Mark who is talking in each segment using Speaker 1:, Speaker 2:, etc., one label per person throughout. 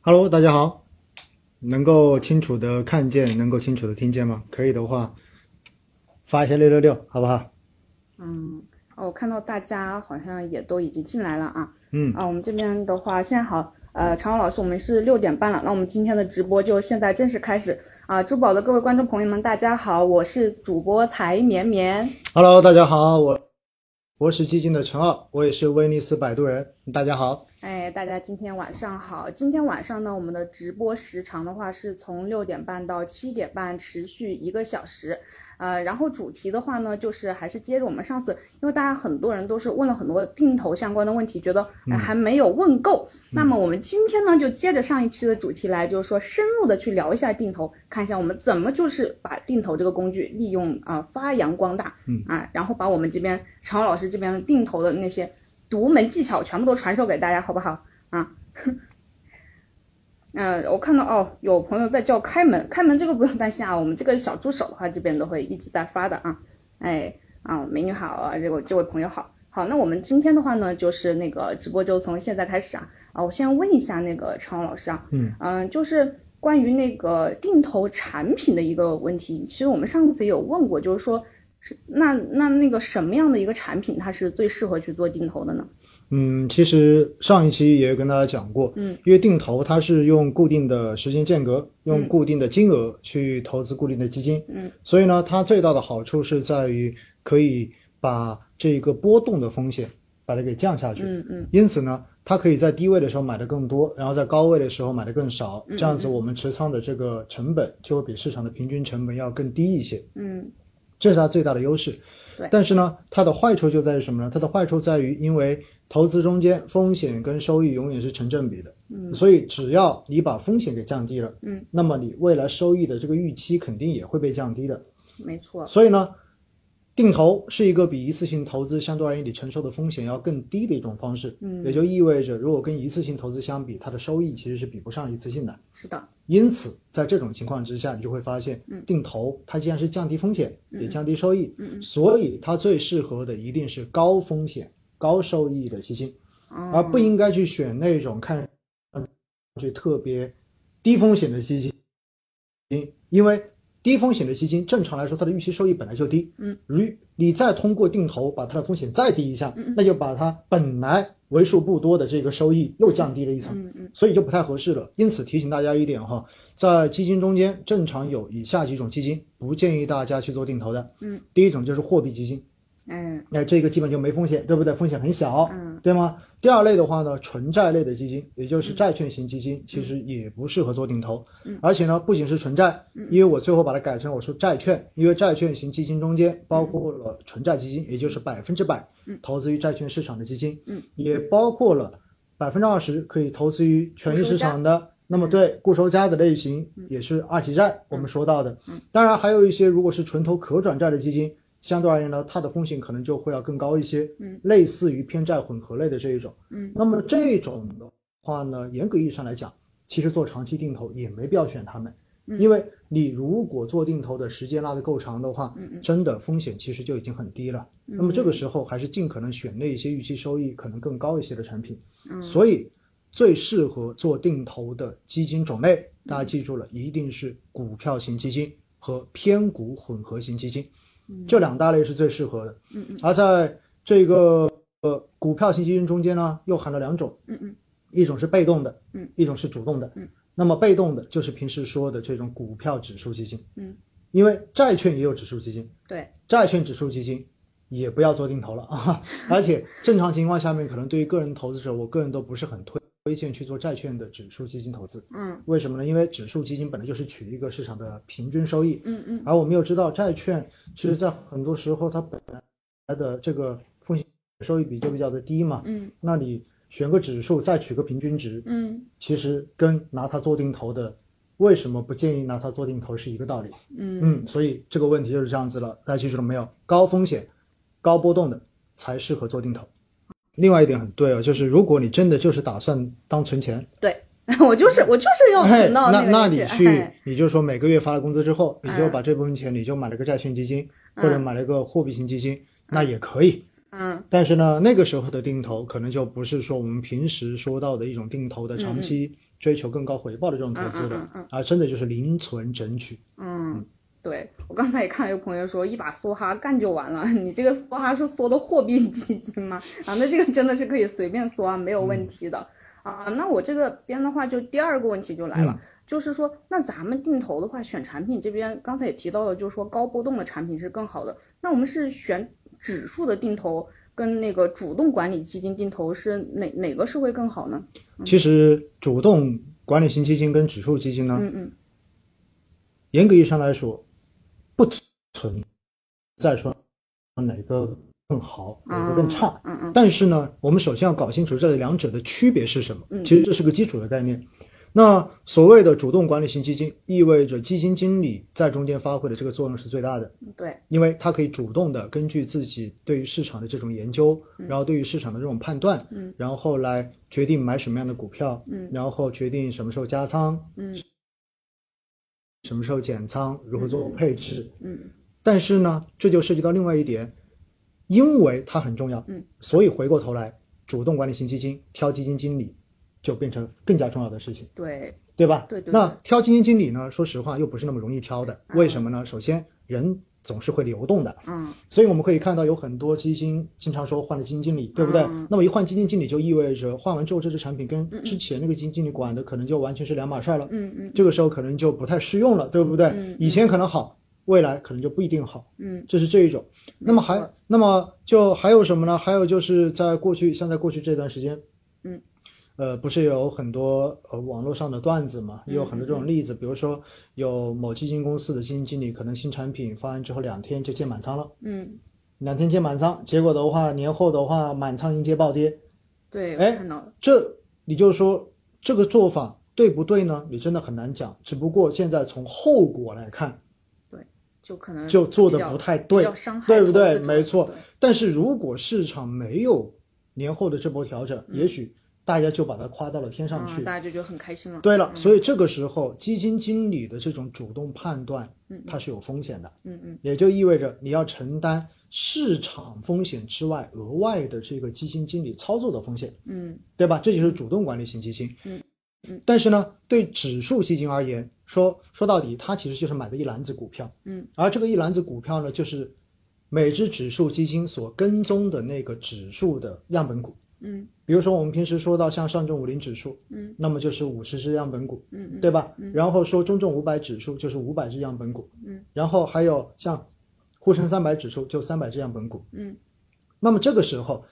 Speaker 1: Hello，大家好，能够清楚的看见，能够清楚的听见吗？可以的话，发一下六六六，好不好？
Speaker 2: 嗯，哦，我看到大家好像也都已经进来了啊。
Speaker 1: 嗯
Speaker 2: 啊，我们这边的话，现在好，呃，常勇老师，我们是六点半了，那我们今天的直播就现在正式开始啊。珠宝的各位观众朋友们，大家好，我是主播财绵绵。
Speaker 1: ，Hello，大家好，我我是基金的陈傲，我也是威尼斯摆渡人，大家好。
Speaker 2: 哎，大家今天晚上好。今天晚上呢，我们的直播时长的话是从六点半到七点半，持续一个小时。呃，然后主题的话呢，就是还是接着我们上次，因为大家很多人都是问了很多定投相关的问题，觉得、哎还没有问够。那么我们今天呢，就接着上一期的主题来，就是说深入的去聊一下定投，看一下我们怎么就是把定投这个工具利用啊、发扬光大，
Speaker 1: 嗯
Speaker 2: 啊，然后把我们这边常老师这边的定投的那些。独门技巧全部都传授给大家，好不好？啊，嗯、我看到哦，有朋友在叫开门，开门这个不用担心啊，我们这个小助手的话，这边都会一直在发的啊。哎，啊，美女好啊，这个这位朋友好，好，那我们今天的话呢，就是那个直播就从现在开始啊。啊，我先问一下那个常老师啊，
Speaker 1: 嗯
Speaker 2: 就是关于那个定投产品的一个问题，其实我们上次也有问过，就是说。是那那那个什么样的一个产品，它是最适合去做定投的呢？
Speaker 1: 嗯，其实上一期也跟大家讲过，
Speaker 2: 嗯，
Speaker 1: 因为定投它是用固定的时间间隔，用
Speaker 2: 嗯
Speaker 1: 固定的金额去投资固定的基金，
Speaker 2: 嗯，
Speaker 1: 所以呢，它最大的好处是在于可以把这个波动的风险把它给降下去，
Speaker 2: 嗯嗯
Speaker 1: 因此呢，它可以在低位的时候买的更多，然后在高位的时候买的更少，
Speaker 2: 嗯
Speaker 1: 这样子我们持仓的这个成本就会比市场的平均成本要更低一些，
Speaker 2: 嗯
Speaker 1: 这是它最大的优势
Speaker 2: 对。
Speaker 1: 但是呢，它的坏处就在于什么呢？它的坏处在于，因为投资中间风险跟收益永远是成正比的，
Speaker 2: 嗯
Speaker 1: 所以只要你把风险给降低了，
Speaker 2: 嗯，
Speaker 1: 那么你未来收益的这个预期肯定也会被降低的。
Speaker 2: 没错，
Speaker 1: 所以呢，定投是一个比一次性投资相对而言你承受的风险要更低的一种方式。
Speaker 2: 嗯
Speaker 1: 也就意味着，如果跟一次性投资相比，它的收益其实是比不上一次性的。
Speaker 2: 是的，
Speaker 1: 因此，在这种情况之下，你就会发现
Speaker 2: 嗯，
Speaker 1: 定投它既然是降低风险，也降低收益，
Speaker 2: 嗯
Speaker 1: 所以它最适合的一定是高风险、高收益的基金，
Speaker 2: 嗯，
Speaker 1: 而啊不应该去选那种看上去特别低风险的基金，因因为低风险的基金正常来说它的预期收益本来就低，
Speaker 2: 嗯，
Speaker 1: 如你再通过定投把它的风险再低一下
Speaker 2: 嗯嗯，
Speaker 1: 那就把它本来为数不多的这个收益又降低了一层，
Speaker 2: 嗯嗯
Speaker 1: 所以就不太合适了。因此提醒大家一点哈，在基金中间正常有以下几种基金不建议大家去做定投的，
Speaker 2: 嗯，
Speaker 1: 第一种就是货币基金，
Speaker 2: 嗯
Speaker 1: 那这个基本就没风险，对不对？风险很小，
Speaker 2: 嗯
Speaker 1: 对吗？第二类的话呢，纯债类的基金，也就是债券型基金，其实也不适合做定投。
Speaker 2: 嗯
Speaker 1: 而且呢，不仅是纯债，因为我最后把它改成我说债券，因为债券型基金中间包括了纯债基金，也就是百分之百
Speaker 2: 嗯
Speaker 1: 投资于债券市场的基金，
Speaker 2: 嗯
Speaker 1: 也包括了百分之二十可以投资于权益市场的。那么
Speaker 2: 嗯
Speaker 1: 对固收加的类型也是二级债，我们说到的。
Speaker 2: 嗯
Speaker 1: 当然还有一些，如果是纯投可转债的基金，相对而言呢，它的风险可能就会要更高一些，
Speaker 2: 嗯，
Speaker 1: 类似于偏债混合类的这一种。
Speaker 2: 嗯
Speaker 1: 那么这种的话呢，严格意义上来讲，其实做长期定投也没必要选它们，
Speaker 2: 嗯
Speaker 1: 因为你如果做定投的时间拉得够长的话，
Speaker 2: 嗯嗯
Speaker 1: 真的风险其实就已经很低了。那么这个时候还是尽可能选那一些预期收益可能更高一些的产品。
Speaker 2: 嗯
Speaker 1: 所以最适合做定投的基金种类，
Speaker 2: 嗯
Speaker 1: 大家记住了，一定是股票型基金和偏股混合型基金，这两大类是最适合的。
Speaker 2: 嗯嗯
Speaker 1: 而在这个呃股票型基金中间呢，又含了两种，
Speaker 2: 嗯嗯
Speaker 1: 一种是被动的，
Speaker 2: 嗯，
Speaker 1: 一种是主动的，
Speaker 2: 嗯。
Speaker 1: 那么被动的就是平时说的这种股票指数基金，
Speaker 2: 嗯，
Speaker 1: 因为债券也有指数基金，
Speaker 2: 对，
Speaker 1: 债券指数基金也不要做定投了啊。 而且正常情况下面，可能对于个人投资者，我个人都不是很推推荐去做债券的指数基金投资。
Speaker 2: 嗯
Speaker 1: 为什么呢？因为指数基金本来就是取一个市场的平均收益，
Speaker 2: 嗯嗯
Speaker 1: 而我们又知道债券其实在很多时候它本来的这个风险收益比就比较的低嘛。
Speaker 2: 嗯
Speaker 1: 那你选个指数，再取个平均值，
Speaker 2: 嗯
Speaker 1: 其实跟拿它做定投的，为什么不建议拿它做定投是一个道理。
Speaker 2: 嗯
Speaker 1: 嗯，所以这个问题就是这样子了，大家记住了没有？高风险、高波动的才适合做定投。另外一点很对哦，就是如果你真的就是打算当存钱，
Speaker 2: 对，嗯 我就是我就是要
Speaker 1: 哎
Speaker 2: 存到
Speaker 1: 那那
Speaker 2: 那个
Speaker 1: 你
Speaker 2: 位置
Speaker 1: 去
Speaker 2: 哎，
Speaker 1: 你就说每个月发了工资之后，你就
Speaker 2: 嗯
Speaker 1: 把这部分钱你就买了个债券基金，或者
Speaker 2: 嗯
Speaker 1: 买了个货币型基金，那也可以。
Speaker 2: 嗯，
Speaker 1: 但是呢，那个时候的定投可能就不是说我们平时说到的一种定投的长期追求更高回报的这种投资
Speaker 2: 嗯嗯嗯
Speaker 1: 了
Speaker 2: 嗯嗯，
Speaker 1: 而真的就是零存整取。
Speaker 2: 嗯，对我刚才也看有朋友说一把梭哈干就完了， 你这个梭哈是梭的货币基金吗？啊，那这个真的是可以随便梭啊，没有
Speaker 1: 嗯
Speaker 2: 问题的。啊，那我这个边的话，就第二个问题就来
Speaker 1: 嗯
Speaker 2: 了，就是说，那咱们定投的话，选产品这边刚才也提到了，就是说高波动的产品是更好的。那我们是选指数的定投，跟那个主动管理基金定投是哪哪个是会更好呢？
Speaker 1: 其实主动管理型基金跟指数基金呢，
Speaker 2: 嗯嗯
Speaker 1: 严格意义上来说，不存在说哪个更好，哪个更差。
Speaker 2: 嗯嗯
Speaker 1: 但是呢，我们首先要搞清楚这两者的区别是什么。
Speaker 2: 嗯
Speaker 1: 其实这是个基础的概念。那所谓的主动管理型基金，意味着基金经理在中间发挥的这个作用是最大的，
Speaker 2: 嗯，对，
Speaker 1: 因为他可以主动的根据自己对于市场的这种研究，然后对于市场的这种判断，
Speaker 2: 嗯，
Speaker 1: 然后来决定买什么样的股票，
Speaker 2: 嗯，
Speaker 1: 然后决定什么时候加仓，
Speaker 2: 嗯
Speaker 1: 什么时候减仓，如何做配置，
Speaker 2: 嗯
Speaker 1: 但是呢，这就涉及到另外一点，因为它很重要，
Speaker 2: 嗯，
Speaker 1: 所以回过头来，主动管理型基金挑基金经理就变成更加重要的事情，
Speaker 2: 对，
Speaker 1: 对吧？
Speaker 2: 对对
Speaker 1: 那
Speaker 2: 对
Speaker 1: 挑基金经理呢，说实话又不是那么容易挑的，
Speaker 2: 嗯
Speaker 1: 为什么呢？首先，人总是会流动的，
Speaker 2: 嗯
Speaker 1: 所以我们可以看到有很多基金经常说换了基金经理，对不对？
Speaker 2: 嗯
Speaker 1: 那么一换基金经理就意味着换完之后，这支产品跟之前那个基金经理管的可能就完全是两码事儿了。
Speaker 2: 嗯嗯
Speaker 1: 这个时候可能就不太适用了，对不对？
Speaker 2: 嗯嗯
Speaker 1: 以前可能好，未来可能就不一定好。
Speaker 2: 嗯
Speaker 1: 这是这一种。那么
Speaker 2: 没
Speaker 1: 还
Speaker 2: 错
Speaker 1: 那么就还有什么呢？还有就是在过去，像在过去这段时间，
Speaker 2: 嗯，
Speaker 1: 呃，不是有很多呃网络上的段子嘛，也有很多这种例子，比如说有某基金公司的基金经理可能新产品发完之后两天就建满仓了，
Speaker 2: 嗯，
Speaker 1: 两天建满仓，结果的话年后的话满仓迎接暴跌，
Speaker 2: 对，我
Speaker 1: 哎
Speaker 2: 看到了，
Speaker 1: 这你就说这个做法对不对呢？你真的很难讲。只不过现在从后果来看，
Speaker 2: 就可能
Speaker 1: 就做的
Speaker 2: 比较
Speaker 1: 不太
Speaker 2: 嗯比
Speaker 1: 对
Speaker 2: 较，伤害
Speaker 1: 对不
Speaker 2: 投
Speaker 1: 对？
Speaker 2: 资者
Speaker 1: 没错
Speaker 2: 对。
Speaker 1: 但是如果市场没有年后的这波调整，也许大家就把它夸到了天上
Speaker 2: 嗯，
Speaker 1: 去。
Speaker 2: 大家就觉得很开心了。
Speaker 1: 对了，
Speaker 2: 嗯
Speaker 1: 所以这个时候基金经理的这种主动判断，它是有风险的，
Speaker 2: 嗯嗯
Speaker 1: 也就意味着你要承担市场风险之外额外的这个基金经理操作的风险。
Speaker 2: 嗯
Speaker 1: 对吧？这就是主动管理型基金。
Speaker 2: 嗯嗯
Speaker 1: 但是呢，对指数基金而言，说说到底，它其实就是买的一篮子股票。
Speaker 2: 嗯，
Speaker 1: 而这个一篮子股票呢，就是每只指数基金所跟踪的那个指数的样本股。
Speaker 2: 嗯
Speaker 1: 比如说，我们平时说到像上证五零指数，
Speaker 2: 嗯，
Speaker 1: 那么就是五十只样本股，
Speaker 2: 嗯嗯
Speaker 1: 对吧？然后说中证五百指数就是五百只样本股，
Speaker 2: 嗯，
Speaker 1: 然后还有像沪深三百指数就三百只样本股，
Speaker 2: 嗯
Speaker 1: 那么这个时候，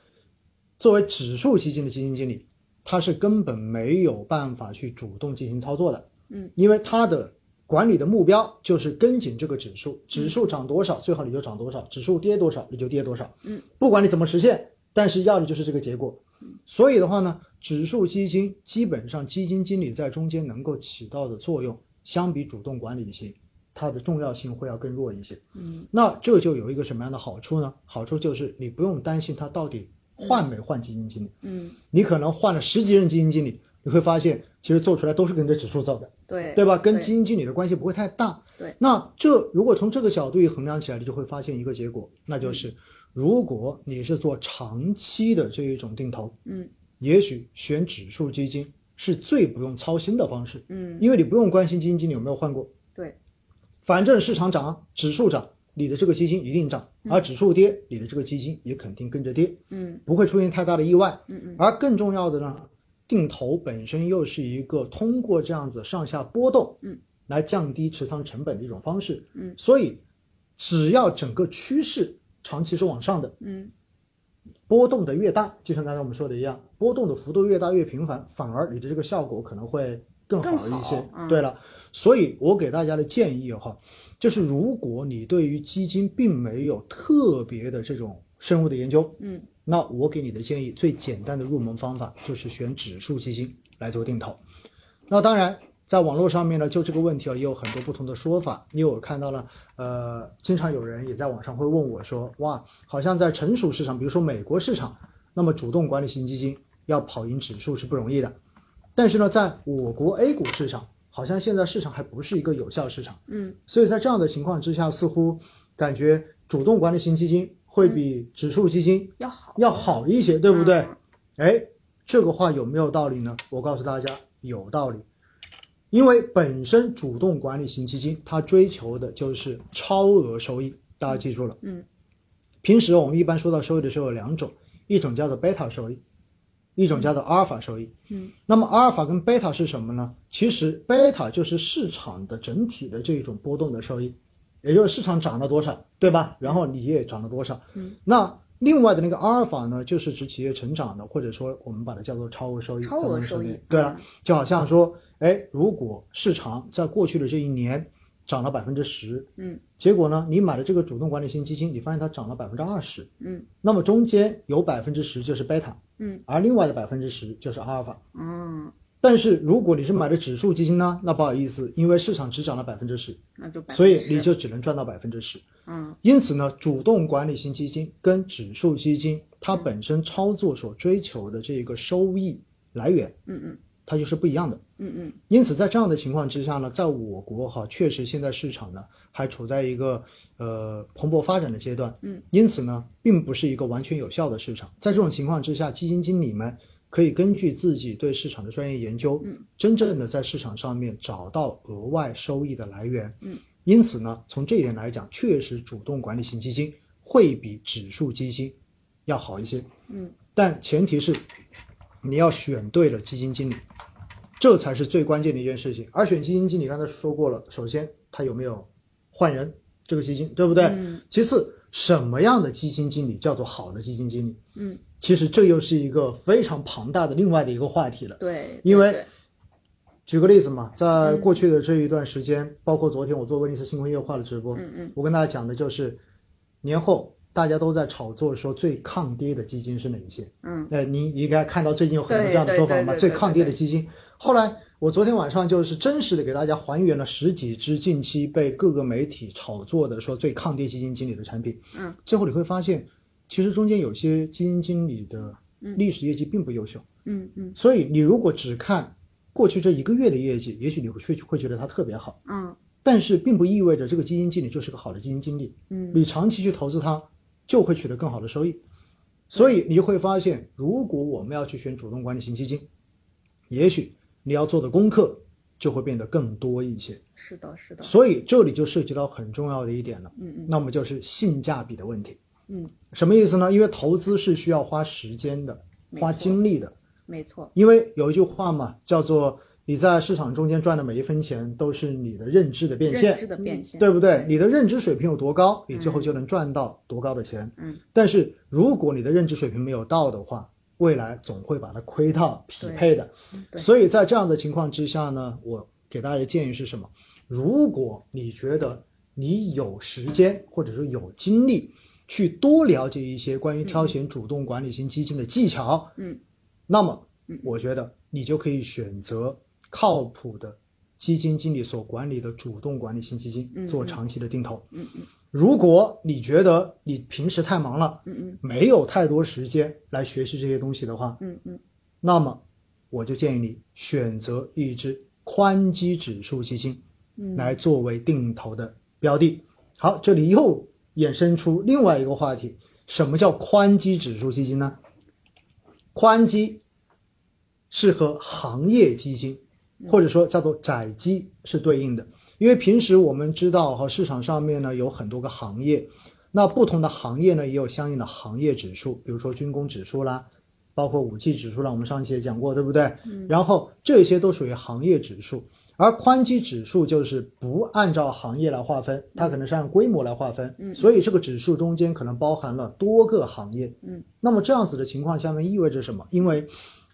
Speaker 1: 作为指数基金的基金经理，他是根本没有办法去主动进行操作的，
Speaker 2: 嗯，
Speaker 1: 因为他的管理的目标就是跟紧这个指
Speaker 2: 嗯
Speaker 1: 数，指数涨多少，最好你就涨多少；指数跌多少，你就跌多少，
Speaker 2: 嗯，
Speaker 1: 不管你怎么实现，但是要的就是这个结果。所以的话呢，指数基金基本上基金经理在中间能够起到的作用，相比主动管理型，它的重要性会要更弱一些。
Speaker 2: 嗯
Speaker 1: 那这就有一个什么样的好处呢？好处就是你不用担心他到底换没换基金经理，
Speaker 2: 嗯，
Speaker 1: 你可能换了十几任基金经理，你会发现其实做出来都是跟着指数走的，
Speaker 2: 对
Speaker 1: 对吧？跟基金经理的关系不会太大。
Speaker 2: 对，
Speaker 1: 那这如果从这个角度一衡量起来，你就会发现一个结果，那
Speaker 2: 嗯
Speaker 1: 就是如果你是做长期的这一种定投，
Speaker 2: 嗯
Speaker 1: 也许选指数基金是最不用操心的方式，
Speaker 2: 嗯
Speaker 1: 因为你不用关心基金经理有没有换过，
Speaker 2: 对
Speaker 1: 反正市场涨，指数涨，你的这个基金一定涨；而指数跌，你的这个基金也肯定跟着跌，
Speaker 2: 嗯
Speaker 1: 不会出现太大的意外。
Speaker 2: 嗯嗯
Speaker 1: 而更重要的呢，定投本身又是一个通过这样子上下波动，
Speaker 2: 嗯，
Speaker 1: 来降低持仓成本的一种方式。
Speaker 2: 嗯，
Speaker 1: 所以只要整个趋势长期是往上的，
Speaker 2: 嗯
Speaker 1: 波动的越大，就像刚才我们说的一样，波动的幅度越大越频繁，反而你的这个效果可能会更好一些
Speaker 2: 更。好嗯
Speaker 1: 对了，所以我给大家的建议哈，就是如果你对于基金并没有特别的这种深入的研究，
Speaker 2: 嗯
Speaker 1: 那我给你的建议最简单的入门方法就是选指数基金来做定投。那当然，在网络上面呢，就这个问题啊，也有很多不同的说法。因为我看到了，呃，经常有人也在网上会问我说，哇，好像在成熟市场，比如说美国市场，那么主动管理型基金要跑赢指数是不容易的。但是呢，在我国 A 股市场，好像现在市场还不是一个有效市场。
Speaker 2: 嗯
Speaker 1: 所以在这样的情况之下，似乎感觉主动管理型基金会比指数基金
Speaker 2: 要好，
Speaker 1: 要好一些，对不对
Speaker 2: 嗯？
Speaker 1: 哎，这个话有没有道理呢？我告诉大家，有道理。因为本身主动管理型基金，它追求的就是超额收益，大家记住了。
Speaker 2: 嗯，
Speaker 1: 平时我们一般说到收益的时候有两种，一种叫做贝塔收益，一种叫做阿尔法收益。
Speaker 2: 嗯，
Speaker 1: 那么阿尔法跟贝塔是什么呢？其实贝塔就是市场的整体的这种波动的收益，也就是市场涨了多少，对吧？然后你也涨了多少。
Speaker 2: 嗯，
Speaker 1: 那另外的那个阿尔法呢，就是指企业成长的，或者说我们把它叫做超额收益。
Speaker 2: 超额
Speaker 1: 在我们手
Speaker 2: 收益嗯
Speaker 1: 里对啊，就好像说，哎，如果市场在过去的这一年涨了百分之十，
Speaker 2: 嗯
Speaker 1: 结果呢，你买的这个主动管理型基金，你发现它涨了百分之二十，
Speaker 2: 嗯
Speaker 1: 那么中间有百分之十就是贝塔，
Speaker 2: 嗯，
Speaker 1: 而另外的百分之十就是阿尔法。
Speaker 2: 嗯，
Speaker 1: 但是如果你是买的指数基金呢，那不好意思，因为市场只涨了百分之十，
Speaker 2: 那就百
Speaker 1: 所以
Speaker 2: 分之
Speaker 1: 你
Speaker 2: 十
Speaker 1: 就只能赚到百分之十。
Speaker 2: 嗯
Speaker 1: 因此呢，主动管理型基金跟指数基金，它
Speaker 2: 嗯
Speaker 1: 本身操作所追求的这个收益来源，
Speaker 2: 嗯嗯
Speaker 1: 它就是不一样的。
Speaker 2: 嗯嗯
Speaker 1: 因此，在这样的情况之下呢，在我国哈，确实现在市场呢还处在一个呃蓬勃发展的阶段，
Speaker 2: 嗯，
Speaker 1: 因此呢，并不是一个完全有效的市场。在这种情况之下，基金经理们可以根据自己对市场的专业研究，
Speaker 2: 嗯，
Speaker 1: 真正的在市场上面找到额外收益的来源，
Speaker 2: 嗯，
Speaker 1: 因此呢，从这一点来讲，确实主动管理型基金会比指数基金要好一些，
Speaker 2: 嗯
Speaker 1: 但前提是你要选对了基金经理，这才是最关键的一件事情。而选基金经理，刚才说过了，首先他有没有换人这个基金，对不对？
Speaker 2: 嗯
Speaker 1: 其次，什么样的基金经理叫做好的基金经理？
Speaker 2: 嗯，
Speaker 1: 其实这又是一个非常庞大的另外的一个话题了。
Speaker 2: 对，
Speaker 1: 因为
Speaker 2: 对对
Speaker 1: 举个例子嘛，
Speaker 2: 嗯
Speaker 1: 在过去的这一段时间，包括昨天我做威尼斯新婚夜话的直播，
Speaker 2: 嗯嗯
Speaker 1: 我跟大家讲的就是年后大家都在炒作说最抗跌的基金是哪一些。
Speaker 2: 嗯
Speaker 1: 呃，你应该看到最近有很多
Speaker 2: 对
Speaker 1: 这样的
Speaker 2: 对
Speaker 1: 说法
Speaker 2: 对
Speaker 1: 嘛，
Speaker 2: 对
Speaker 1: 最
Speaker 2: 对
Speaker 1: 抗
Speaker 2: 对
Speaker 1: 跌
Speaker 2: 对
Speaker 1: 的基金。后来我昨天晚上就是真实的给大家还原了十几只近期被各个媒体炒作的说最抗跌基金经理的产品。
Speaker 2: 嗯，
Speaker 1: 最后你会发现，其实中间有些基金经理的
Speaker 2: 嗯
Speaker 1: 历史业绩并不优秀，
Speaker 2: 嗯嗯
Speaker 1: 所以你如果只看过去这一个月的业绩，也许你会去会觉得它特别好，
Speaker 2: 嗯
Speaker 1: 但是并不意味着这个基金经理就是个好的基金经理。
Speaker 2: 嗯
Speaker 1: 你长期去投资它，就会取得更好的收益。所以你会发现，如果我们要去选主动管理型基金，也许你要做的功课就会变得更多一些。
Speaker 2: 是的是的
Speaker 1: 所以这里就涉及到很重要的一点了，
Speaker 2: 嗯
Speaker 1: 那么就是性价比的问题。
Speaker 2: 嗯
Speaker 1: 什么意思呢？因为投资是需要花时间的，
Speaker 2: 没
Speaker 1: 花
Speaker 2: 错
Speaker 1: 精力的。
Speaker 2: 没错
Speaker 1: 因为有一句话嘛，叫做你在市场中间赚的每一分钱都是你的认知的变现
Speaker 2: 认。知的变现
Speaker 1: 对不对？你的认知水平有多高，你最后就能赚到多高的钱。
Speaker 2: 嗯，
Speaker 1: 但是如果你的认知水平没有到的话，未来总会把它亏到匹配的。
Speaker 2: 对
Speaker 1: 所以在这样的情况之下呢，我给大家的建议是什么？如果你觉得你有时间或者说有精力去多了解一些关于挑选主动管理型基金的技巧，
Speaker 2: 嗯
Speaker 1: 那么
Speaker 2: 嗯
Speaker 1: 我觉得你就可以选择靠谱的基金经理所管理的主动管理型基金
Speaker 2: 嗯
Speaker 1: 做长期的定投。
Speaker 2: 嗯嗯
Speaker 1: 如果你觉得你平时太忙了，
Speaker 2: 嗯嗯
Speaker 1: 没有太多时间来学习这些东西的话，
Speaker 2: 嗯嗯
Speaker 1: 那么我就建议你选择一只宽基指数基金
Speaker 2: 嗯
Speaker 1: 来作为定投的标的。好，这里又衍生出另外一个话题：什么叫宽基指数基金呢？宽基是和行业基金或者说叫做窄基是对应的，因为平时我们知道哈，市场上面呢有很多个行业，那不同的行业呢也有相应的行业指数，比如说军工指数啦，包括武器指数啦，我们上期也讲过，对不对？然后这些都属于行业指数，而宽基指数就是不按照行业来划分，它可能是按规模来划分，
Speaker 2: 嗯
Speaker 1: 所以这个指数中间可能包含了多个行业，
Speaker 2: 嗯，
Speaker 1: 那么这样子的情况下面意味着什么？因为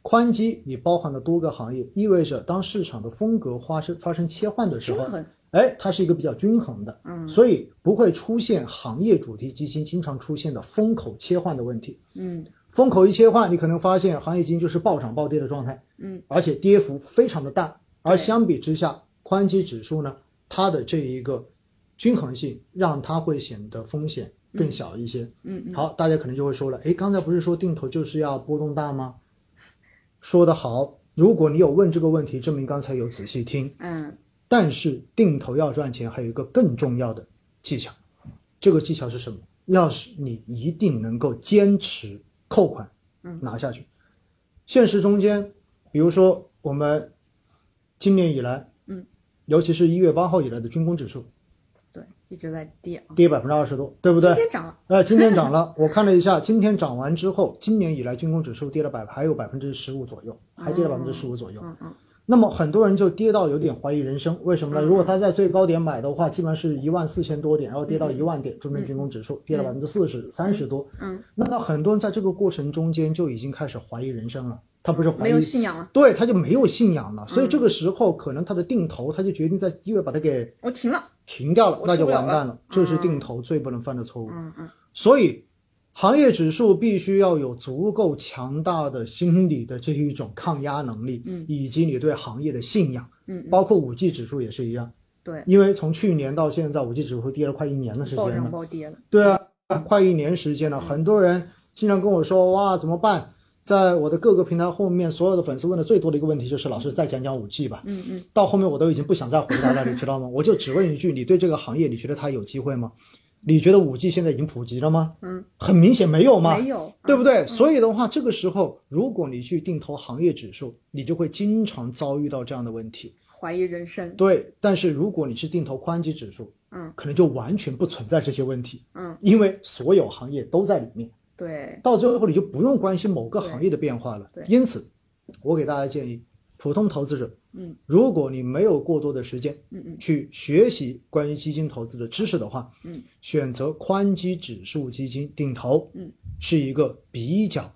Speaker 1: 宽基你包含了多个行业，意味着当市场的风格发生发生切换的时
Speaker 2: 均
Speaker 1: 候，
Speaker 2: 衡
Speaker 1: 哎，它是一个比较均衡的，
Speaker 2: 嗯
Speaker 1: 所以不会出现行业主题基金经常出现的风口切换的问题。
Speaker 2: 嗯
Speaker 1: 风口一切换，你可能发现行业基金就是暴涨暴跌的状态，
Speaker 2: 嗯
Speaker 1: 而且跌幅非常的大。而
Speaker 2: 对
Speaker 1: 相比之下，宽基指数呢，它的这一个均衡性让它会显得风险更小一些。
Speaker 2: 嗯嗯
Speaker 1: 好，大家可能就会说了，诶，刚才不是说定投就是要波动大吗？说得好，如果你有问这个问题，证明刚才有仔细听。
Speaker 2: 嗯
Speaker 1: 但是定投要赚钱，还有一个更重要的技巧，这个技巧是什么？要是你一定能够坚持扣款，
Speaker 2: 嗯，
Speaker 1: 拿下去。现实中间，比如说我们今年以来，
Speaker 2: 嗯，
Speaker 1: 尤其是一月八号以来的军工指数
Speaker 2: 对，一直在跌啊，
Speaker 1: 跌百分之二十多，对不对
Speaker 2: 今？天涨了，
Speaker 1: 呃，今天涨了，我 看了一下，今天涨完之后，今年以来军工指数跌了百，还有百分之十五左右，还跌了百分之十五左右。
Speaker 2: 嗯嗯，
Speaker 1: 那么很多人就跌到有点怀疑人生，为什么呢？如果他在最高点买的话，基本上是一万四千多点，然后跌到一万点，中证军工指数跌了百分之四十、三十多。
Speaker 2: 嗯，
Speaker 1: 那么很多人在这个过程中间就已经开始怀疑人生了，他不是怀
Speaker 2: 没
Speaker 1: 疑
Speaker 2: 有信仰嗯了，
Speaker 1: 对，他就没有信仰了，所以这个时候可能他的定投，他就决定在一月把它给
Speaker 2: 我停了，
Speaker 1: 停掉了
Speaker 2: 我，
Speaker 1: 那
Speaker 2: 受
Speaker 1: 就
Speaker 2: 不了
Speaker 1: 完蛋了。这是定投最不能犯的错误。
Speaker 2: 嗯嗯
Speaker 1: 所以，行业指数必须要有足够强大的心理的这一种抗压能力，
Speaker 2: 嗯
Speaker 1: 以及你对行业的信仰，
Speaker 2: 嗯，嗯
Speaker 1: 包括五 G 指数也是一样。
Speaker 2: 对，
Speaker 1: 因为从去年到现在，五 G 指数跌了快一年的时间
Speaker 2: 暴
Speaker 1: 了
Speaker 2: 涨。暴跌了，
Speaker 1: 对啊，快一年时间了，很多人经常跟我说，哇，怎么办？在我的各个平台后面，所有的粉丝问的最多的一个问题就是，老师再讲讲五 G 吧。
Speaker 2: 嗯嗯，
Speaker 1: 到后面我都已经不想再回答了，你知道吗？我就只问一句，你对这个行业，你觉得它有机会吗？你觉得五 G 现在已经普及了吗？
Speaker 2: 嗯，
Speaker 1: 很明显没有嘛，
Speaker 2: 没有，嗯
Speaker 1: 对不对？所以的话，这个时候如果你去定投行业指数，你就会经常遭遇到这样的问题。
Speaker 2: 怀疑人生，
Speaker 1: 对，但是如果你是定投宽基指数，
Speaker 2: 嗯，
Speaker 1: 可能就完全不存在这些问题，
Speaker 2: 嗯，
Speaker 1: 因为所有行业都在里面，
Speaker 2: 对，
Speaker 1: 到最后你就不用关心某个行业的变化了
Speaker 2: 对。
Speaker 1: 因此，我给大家建议，普通投资者，
Speaker 2: 嗯，
Speaker 1: 如果你没有过多的时间
Speaker 2: 嗯嗯
Speaker 1: 去学习关于基金投资的知识的话，
Speaker 2: 嗯，
Speaker 1: 选择宽基指数基金定投，
Speaker 2: 嗯，
Speaker 1: 是一个比较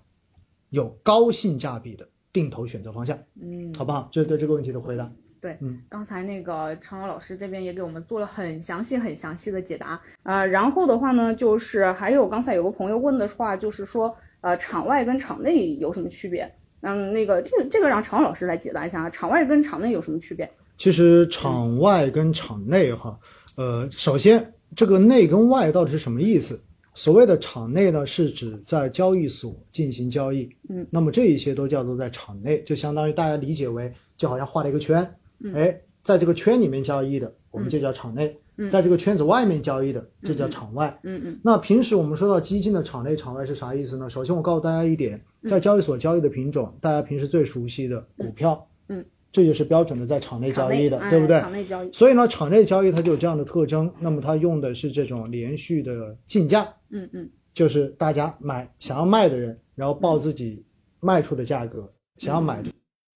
Speaker 1: 有高性价比的定投选择方向，
Speaker 2: 嗯，
Speaker 1: 好不好？这是对这个问题的回答。
Speaker 2: 对，
Speaker 1: 嗯
Speaker 2: 刚才那个常瑶老师这边也给我们做了很详细、很详细的解答啊、呃然后的话呢，就是还有刚才有个朋友问的话，就是说呃，场外跟场内有什么区别？嗯，那个这个这个让常瑶老师来解答一下，啊，场外跟场内有什么区别？
Speaker 1: 其实场外跟场内哈，呃，首先这个内跟外到底是什么意思？所谓的场内呢，是指在交易所进行交易，
Speaker 2: 嗯，
Speaker 1: 那么这一些都叫做在场内，就相当于大家理解为就好像画了一个圈，
Speaker 2: 嗯
Speaker 1: 哎，在这个圈里面交易的，我们就叫场内，
Speaker 2: 嗯
Speaker 1: 在这个圈子外面交易的，就叫场外。
Speaker 2: 嗯嗯
Speaker 1: 那平时我们说到基金的场内场外是啥意思呢？首先我告诉大家一点，在交易所交易的品种，大家平时最熟悉的股票，
Speaker 2: 嗯嗯嗯
Speaker 1: 这也是标准的在场内交
Speaker 2: 场内
Speaker 1: 易的，
Speaker 2: 哎
Speaker 1: 对不对？
Speaker 2: 场内交易，
Speaker 1: 所以呢，场内交易它就有这样的特征，那么它用的是这种连续的竞价，
Speaker 2: 嗯嗯
Speaker 1: 就是大家买想要卖的人，然后报自己卖出的价格，想要买的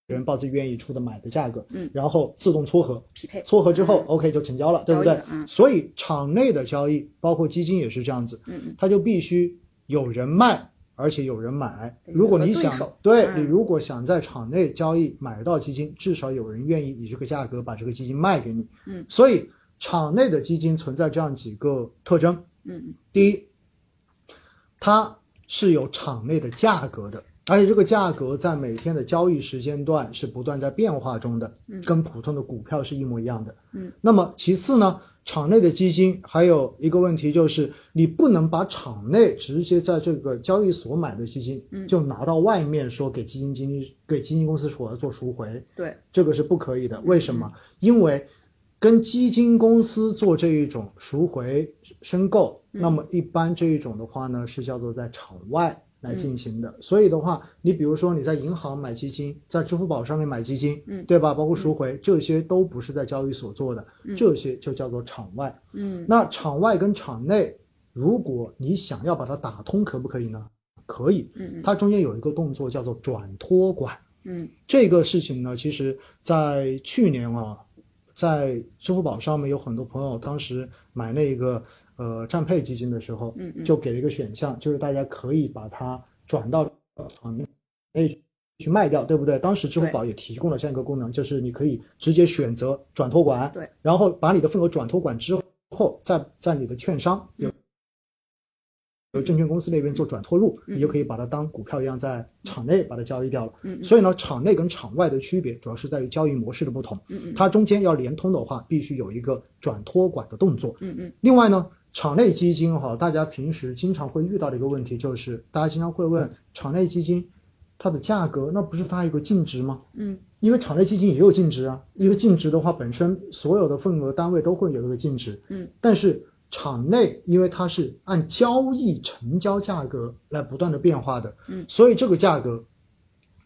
Speaker 1: 人报自己愿意出的买的价格，
Speaker 2: 嗯
Speaker 1: 然后自动撮合，
Speaker 2: 匹配，
Speaker 1: 撮合之后
Speaker 2: 嗯
Speaker 1: OK 就成交了，对不
Speaker 2: 交易
Speaker 1: 对
Speaker 2: 了嗯？
Speaker 1: 所以场内的交易，包括基金也是这样子，
Speaker 2: 嗯嗯
Speaker 1: 它就必须有人卖，而且有人买。
Speaker 2: 对
Speaker 1: 如果你
Speaker 2: 有个对
Speaker 1: 想
Speaker 2: 手
Speaker 1: 对
Speaker 2: 嗯
Speaker 1: 你如果想在场内交易买到基金，至少有人愿意以这个价格把这个基金卖给你。
Speaker 2: 嗯，
Speaker 1: 所以场内的基金存在这样几个特征：
Speaker 2: 嗯嗯，
Speaker 1: 第一，它是有场内的价格的。而且这个价格在每天的交易时间段是不断在变化中的，
Speaker 2: 嗯
Speaker 1: 跟普通的股票是一模一样的。
Speaker 2: 嗯，
Speaker 1: 那么其次呢，场内的基金还有一个问题就是，你不能把场内直接在这个交易所买的基金，
Speaker 2: 嗯
Speaker 1: 就拿到外面说给基金经理、给基金公司所做赎回，
Speaker 2: 对，
Speaker 1: 这个是不可以
Speaker 2: 嗯
Speaker 1: 的。为什么？因为跟基金公司做这一种赎回申购，
Speaker 2: 嗯
Speaker 1: 那么一般这一种的话呢，是叫做在场外
Speaker 2: 嗯
Speaker 1: 来进行的。所以的话，你比如说你在银行买基金，在支付宝上面买基金，
Speaker 2: 嗯
Speaker 1: 对吧？包括赎回，这些都不是在交易所做的，
Speaker 2: 嗯
Speaker 1: 这些就叫做场外。
Speaker 2: 嗯
Speaker 1: 那场外跟场内，如果你想要把它打通，可不可以呢？可以，
Speaker 2: 嗯嗯
Speaker 1: 它中间有一个动作叫做转托管。
Speaker 2: 嗯
Speaker 1: 这个事情呢，其实在去年啊，在支付宝上面有很多朋友当时买那个呃战配基金的时候，
Speaker 2: 嗯嗯，
Speaker 1: 就给了一个选项，就是大家可以把它转到场内去卖掉，对不对？当时支付宝也提供了这样一个功能，就是你可以直接选择转托管，
Speaker 2: 对，
Speaker 1: 然后把你的份额转托管之后，再在你的券商
Speaker 2: 嗯
Speaker 1: 有。由证券公司那边做转托入，
Speaker 2: 嗯
Speaker 1: 你就可以把它当股票一样在场内把它交易掉了。
Speaker 2: 嗯嗯
Speaker 1: 所以呢，场内跟场外的区别主要是在于交易模式的不同。
Speaker 2: 嗯嗯
Speaker 1: 它中间要联通的话，必须有一个转托管的动作。
Speaker 2: 嗯嗯
Speaker 1: 另外呢，场内基金哈，大家平时经常会遇到的一个问题就是，大家经常会
Speaker 2: 嗯
Speaker 1: 问场内基金它的价格，那不是它有个净值吗？
Speaker 2: 嗯
Speaker 1: 因为场内基金也有净值啊，一个净值的话，本身所有的份额单位都会有一个净值，
Speaker 2: 嗯，
Speaker 1: 但是场内，因为它是按交易成交价格来不断的变化的，
Speaker 2: 嗯，
Speaker 1: 所以这个价格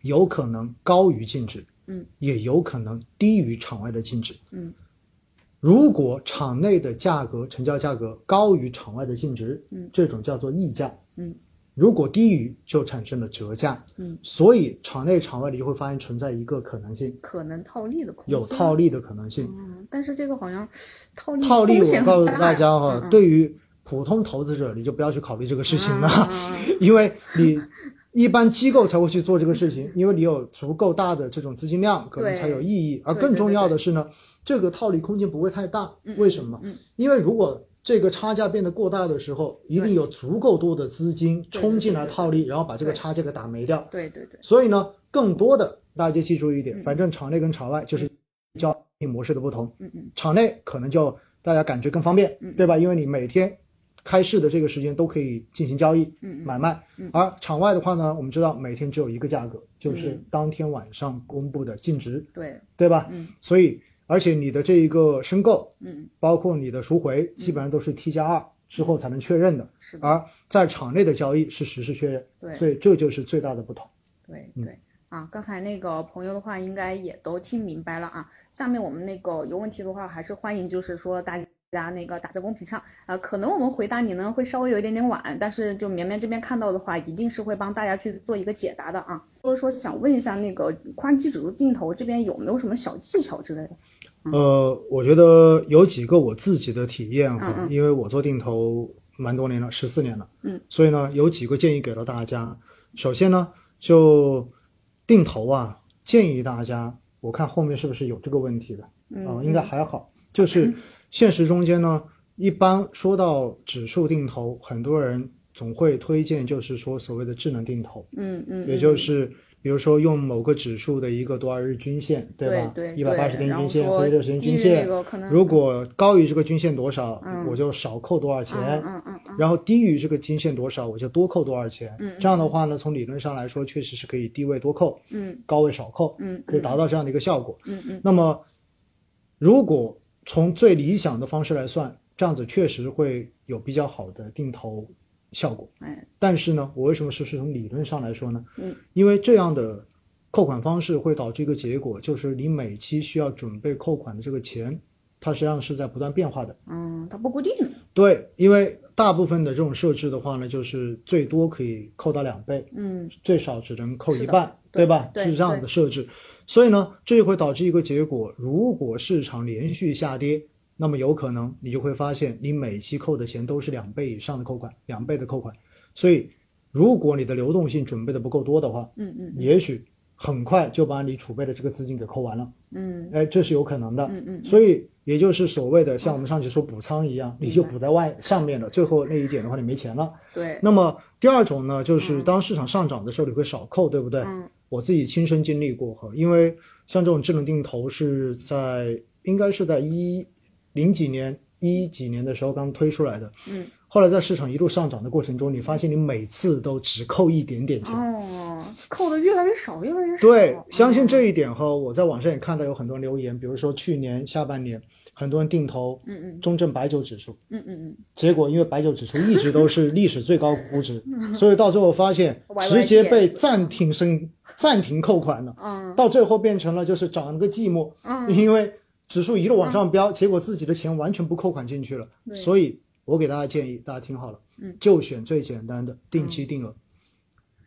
Speaker 1: 有可能高于净值，
Speaker 2: 嗯，
Speaker 1: 也有可能低于场外的净值，
Speaker 2: 嗯，
Speaker 1: 如果场内的价格成交价格高于场外的净值，
Speaker 2: 嗯，
Speaker 1: 这种叫做溢价，
Speaker 2: 嗯，
Speaker 1: 如果低于就产生了折价，
Speaker 2: 嗯，
Speaker 1: 所以场内场外你就会发现存在一个可能性，
Speaker 2: 可能套利的空间
Speaker 1: 有套利的可能性。
Speaker 2: 嗯，但是这个好像套利
Speaker 1: 套利，
Speaker 2: 风险
Speaker 1: 我告诉
Speaker 2: 很大
Speaker 1: 大家哈、
Speaker 2: 嗯嗯
Speaker 1: 对于普通投资者，你就不要去考虑这个事情了，
Speaker 2: 嗯 嗯
Speaker 1: 因为你一般机构才会去做这个事情，因为你有足够大的这种资金量，可能才有意义。而更重要的是呢，这个套利空间不会太大。
Speaker 2: 嗯
Speaker 1: 为什么？
Speaker 2: 嗯
Speaker 1: 因为如果这个差价变得过大的时候，一定有足够多的资金冲进来套利，然后把这个差价给打没掉。
Speaker 2: 对对对，
Speaker 1: 所以呢，更多的大家就记住一点，
Speaker 2: 嗯
Speaker 1: 反正场内跟场外就是交易模式的不同。
Speaker 2: 嗯嗯
Speaker 1: 场内可能就大家感觉更方便
Speaker 2: 嗯，
Speaker 1: 对吧？因为你每天开市的这个时间都可以进行交易、
Speaker 2: 嗯嗯
Speaker 1: 买卖
Speaker 2: 嗯。
Speaker 1: 而场外的话呢，我们知道每天只有一个价格，就是
Speaker 2: 嗯
Speaker 1: 当天晚上公布的净值，
Speaker 2: 对，
Speaker 1: 对吧？
Speaker 2: 嗯
Speaker 1: 所以，而且你的这一个申购，
Speaker 2: 嗯
Speaker 1: 包括你的赎回，基本上都是 T 加二之后才能确认的，
Speaker 2: 是的，
Speaker 1: 而在场内的交易是实时确认，
Speaker 2: 嗯对
Speaker 1: 所以这就是最大的不同。
Speaker 2: 对
Speaker 1: 嗯
Speaker 2: 对。啊，刚才那个朋友的话，应该也都听明白了啊。下面我们那个有问题的话，还是欢迎就是说大家那个打在公屏上啊。可能我们回答你呢会稍微有一点点晚，但是就绵绵这边看到的话，一定是会帮大家去做一个解答的啊。就是说想问一下那个宽基指数定投这边有没有什么小技巧之类的？嗯
Speaker 1: 呃，我觉得有几个我自己的体验哈，
Speaker 2: 嗯嗯
Speaker 1: 因为我做定投蛮多年了，十四年了，
Speaker 2: 嗯，
Speaker 1: 所以呢，有几个建议给到大家。首先呢，就定投啊，建议大家，我看后面是不是有这个问题的啊、
Speaker 2: 嗯，
Speaker 1: 应该还好。 就是现实中间呢，一般说到指数定投，很多人总会推荐就是说所谓的智能定投，
Speaker 2: 嗯嗯，
Speaker 1: 也
Speaker 2: 嗯
Speaker 1: 就是比如说用某个指数的一个多少日均线，吧？
Speaker 2: 对，
Speaker 1: 一百八十天
Speaker 2: 然后
Speaker 1: 均线
Speaker 2: 说
Speaker 1: 或者六十天
Speaker 2: 低
Speaker 1: 均
Speaker 2: 于那
Speaker 1: 线，
Speaker 2: 个可能
Speaker 1: 如果高于这个均线多少，
Speaker 2: 嗯
Speaker 1: 我就少扣多少钱。
Speaker 2: 嗯嗯嗯
Speaker 1: 然后低于这个均线多少，我就多扣多少钱。
Speaker 2: 嗯嗯
Speaker 1: 这样的话呢，从理论上来说，确实是可以低位多扣，
Speaker 2: 嗯
Speaker 1: 高位少扣，
Speaker 2: 嗯，
Speaker 1: 可以达到这样的一个效果。
Speaker 2: 嗯嗯
Speaker 1: 那么，如果从最理想的方式来算，这样子确实会有比较好的定投效果。
Speaker 2: 哎
Speaker 1: 但是呢，我为什么说是从理论上来说呢？
Speaker 2: 嗯，
Speaker 1: 因为这样的扣款方式会导致一个结果，就是你每期需要准备扣款的这个钱，它实际上是在不断变化的。
Speaker 2: 嗯，它不固定，
Speaker 1: 对，因为大部分的这种设置的话呢，就是最多可以扣到两倍，
Speaker 2: 嗯
Speaker 1: 最少只能扣一
Speaker 2: 是的
Speaker 1: 半，
Speaker 2: 对
Speaker 1: 吧？
Speaker 2: 对
Speaker 1: 是这样的设置。所以呢，这就会导致一个结果：如果市场连续下跌，那么有可能你就会发现，你每期扣的钱都是两倍以上的扣款，两倍的扣款。所以，如果你的流动性准备的不够多的话，
Speaker 2: 嗯嗯
Speaker 1: 也许很快就把你储备的这个资金给扣完了。
Speaker 2: 嗯
Speaker 1: 哎，这是有可能的。
Speaker 2: 嗯嗯，
Speaker 1: 所以，也就是所谓的像我们上期说补仓一样，你就补在外上面了，最后那一点的话，你没钱了。
Speaker 2: 对，
Speaker 1: 那么第二种呢，就是
Speaker 2: 嗯
Speaker 1: 当市场上涨的时候，你会少扣，对不对？
Speaker 2: 嗯
Speaker 1: 我自己亲身经历过哈，因为像这种智能定投是在应该是在一零几年、一几年的时候刚推出来的，
Speaker 2: 嗯
Speaker 1: 后来在市场一路上涨的过程中，你发现你每次都只扣一点点钱。
Speaker 2: 哦，扣的越来越少，越来越少，嗯
Speaker 1: 对，相信这一点哈，我在网上也看到有很多留言，比如说去年下半年，很多人定投
Speaker 2: 嗯嗯
Speaker 1: 中证白酒指数，
Speaker 2: 嗯嗯
Speaker 1: 结果因为白酒指数一直都是历史最高估值，所以到最后发现直接被暂停升暂停扣款了，
Speaker 2: 嗯
Speaker 1: 到最后变成了就是找了个寂寞，
Speaker 2: 嗯
Speaker 1: 因为指数一路往上飙，结果自己的钱完全不扣款进去了。
Speaker 2: 对
Speaker 1: 所以我给大家建议，大家听好了
Speaker 2: 嗯，
Speaker 1: 就选最简单的定期定额，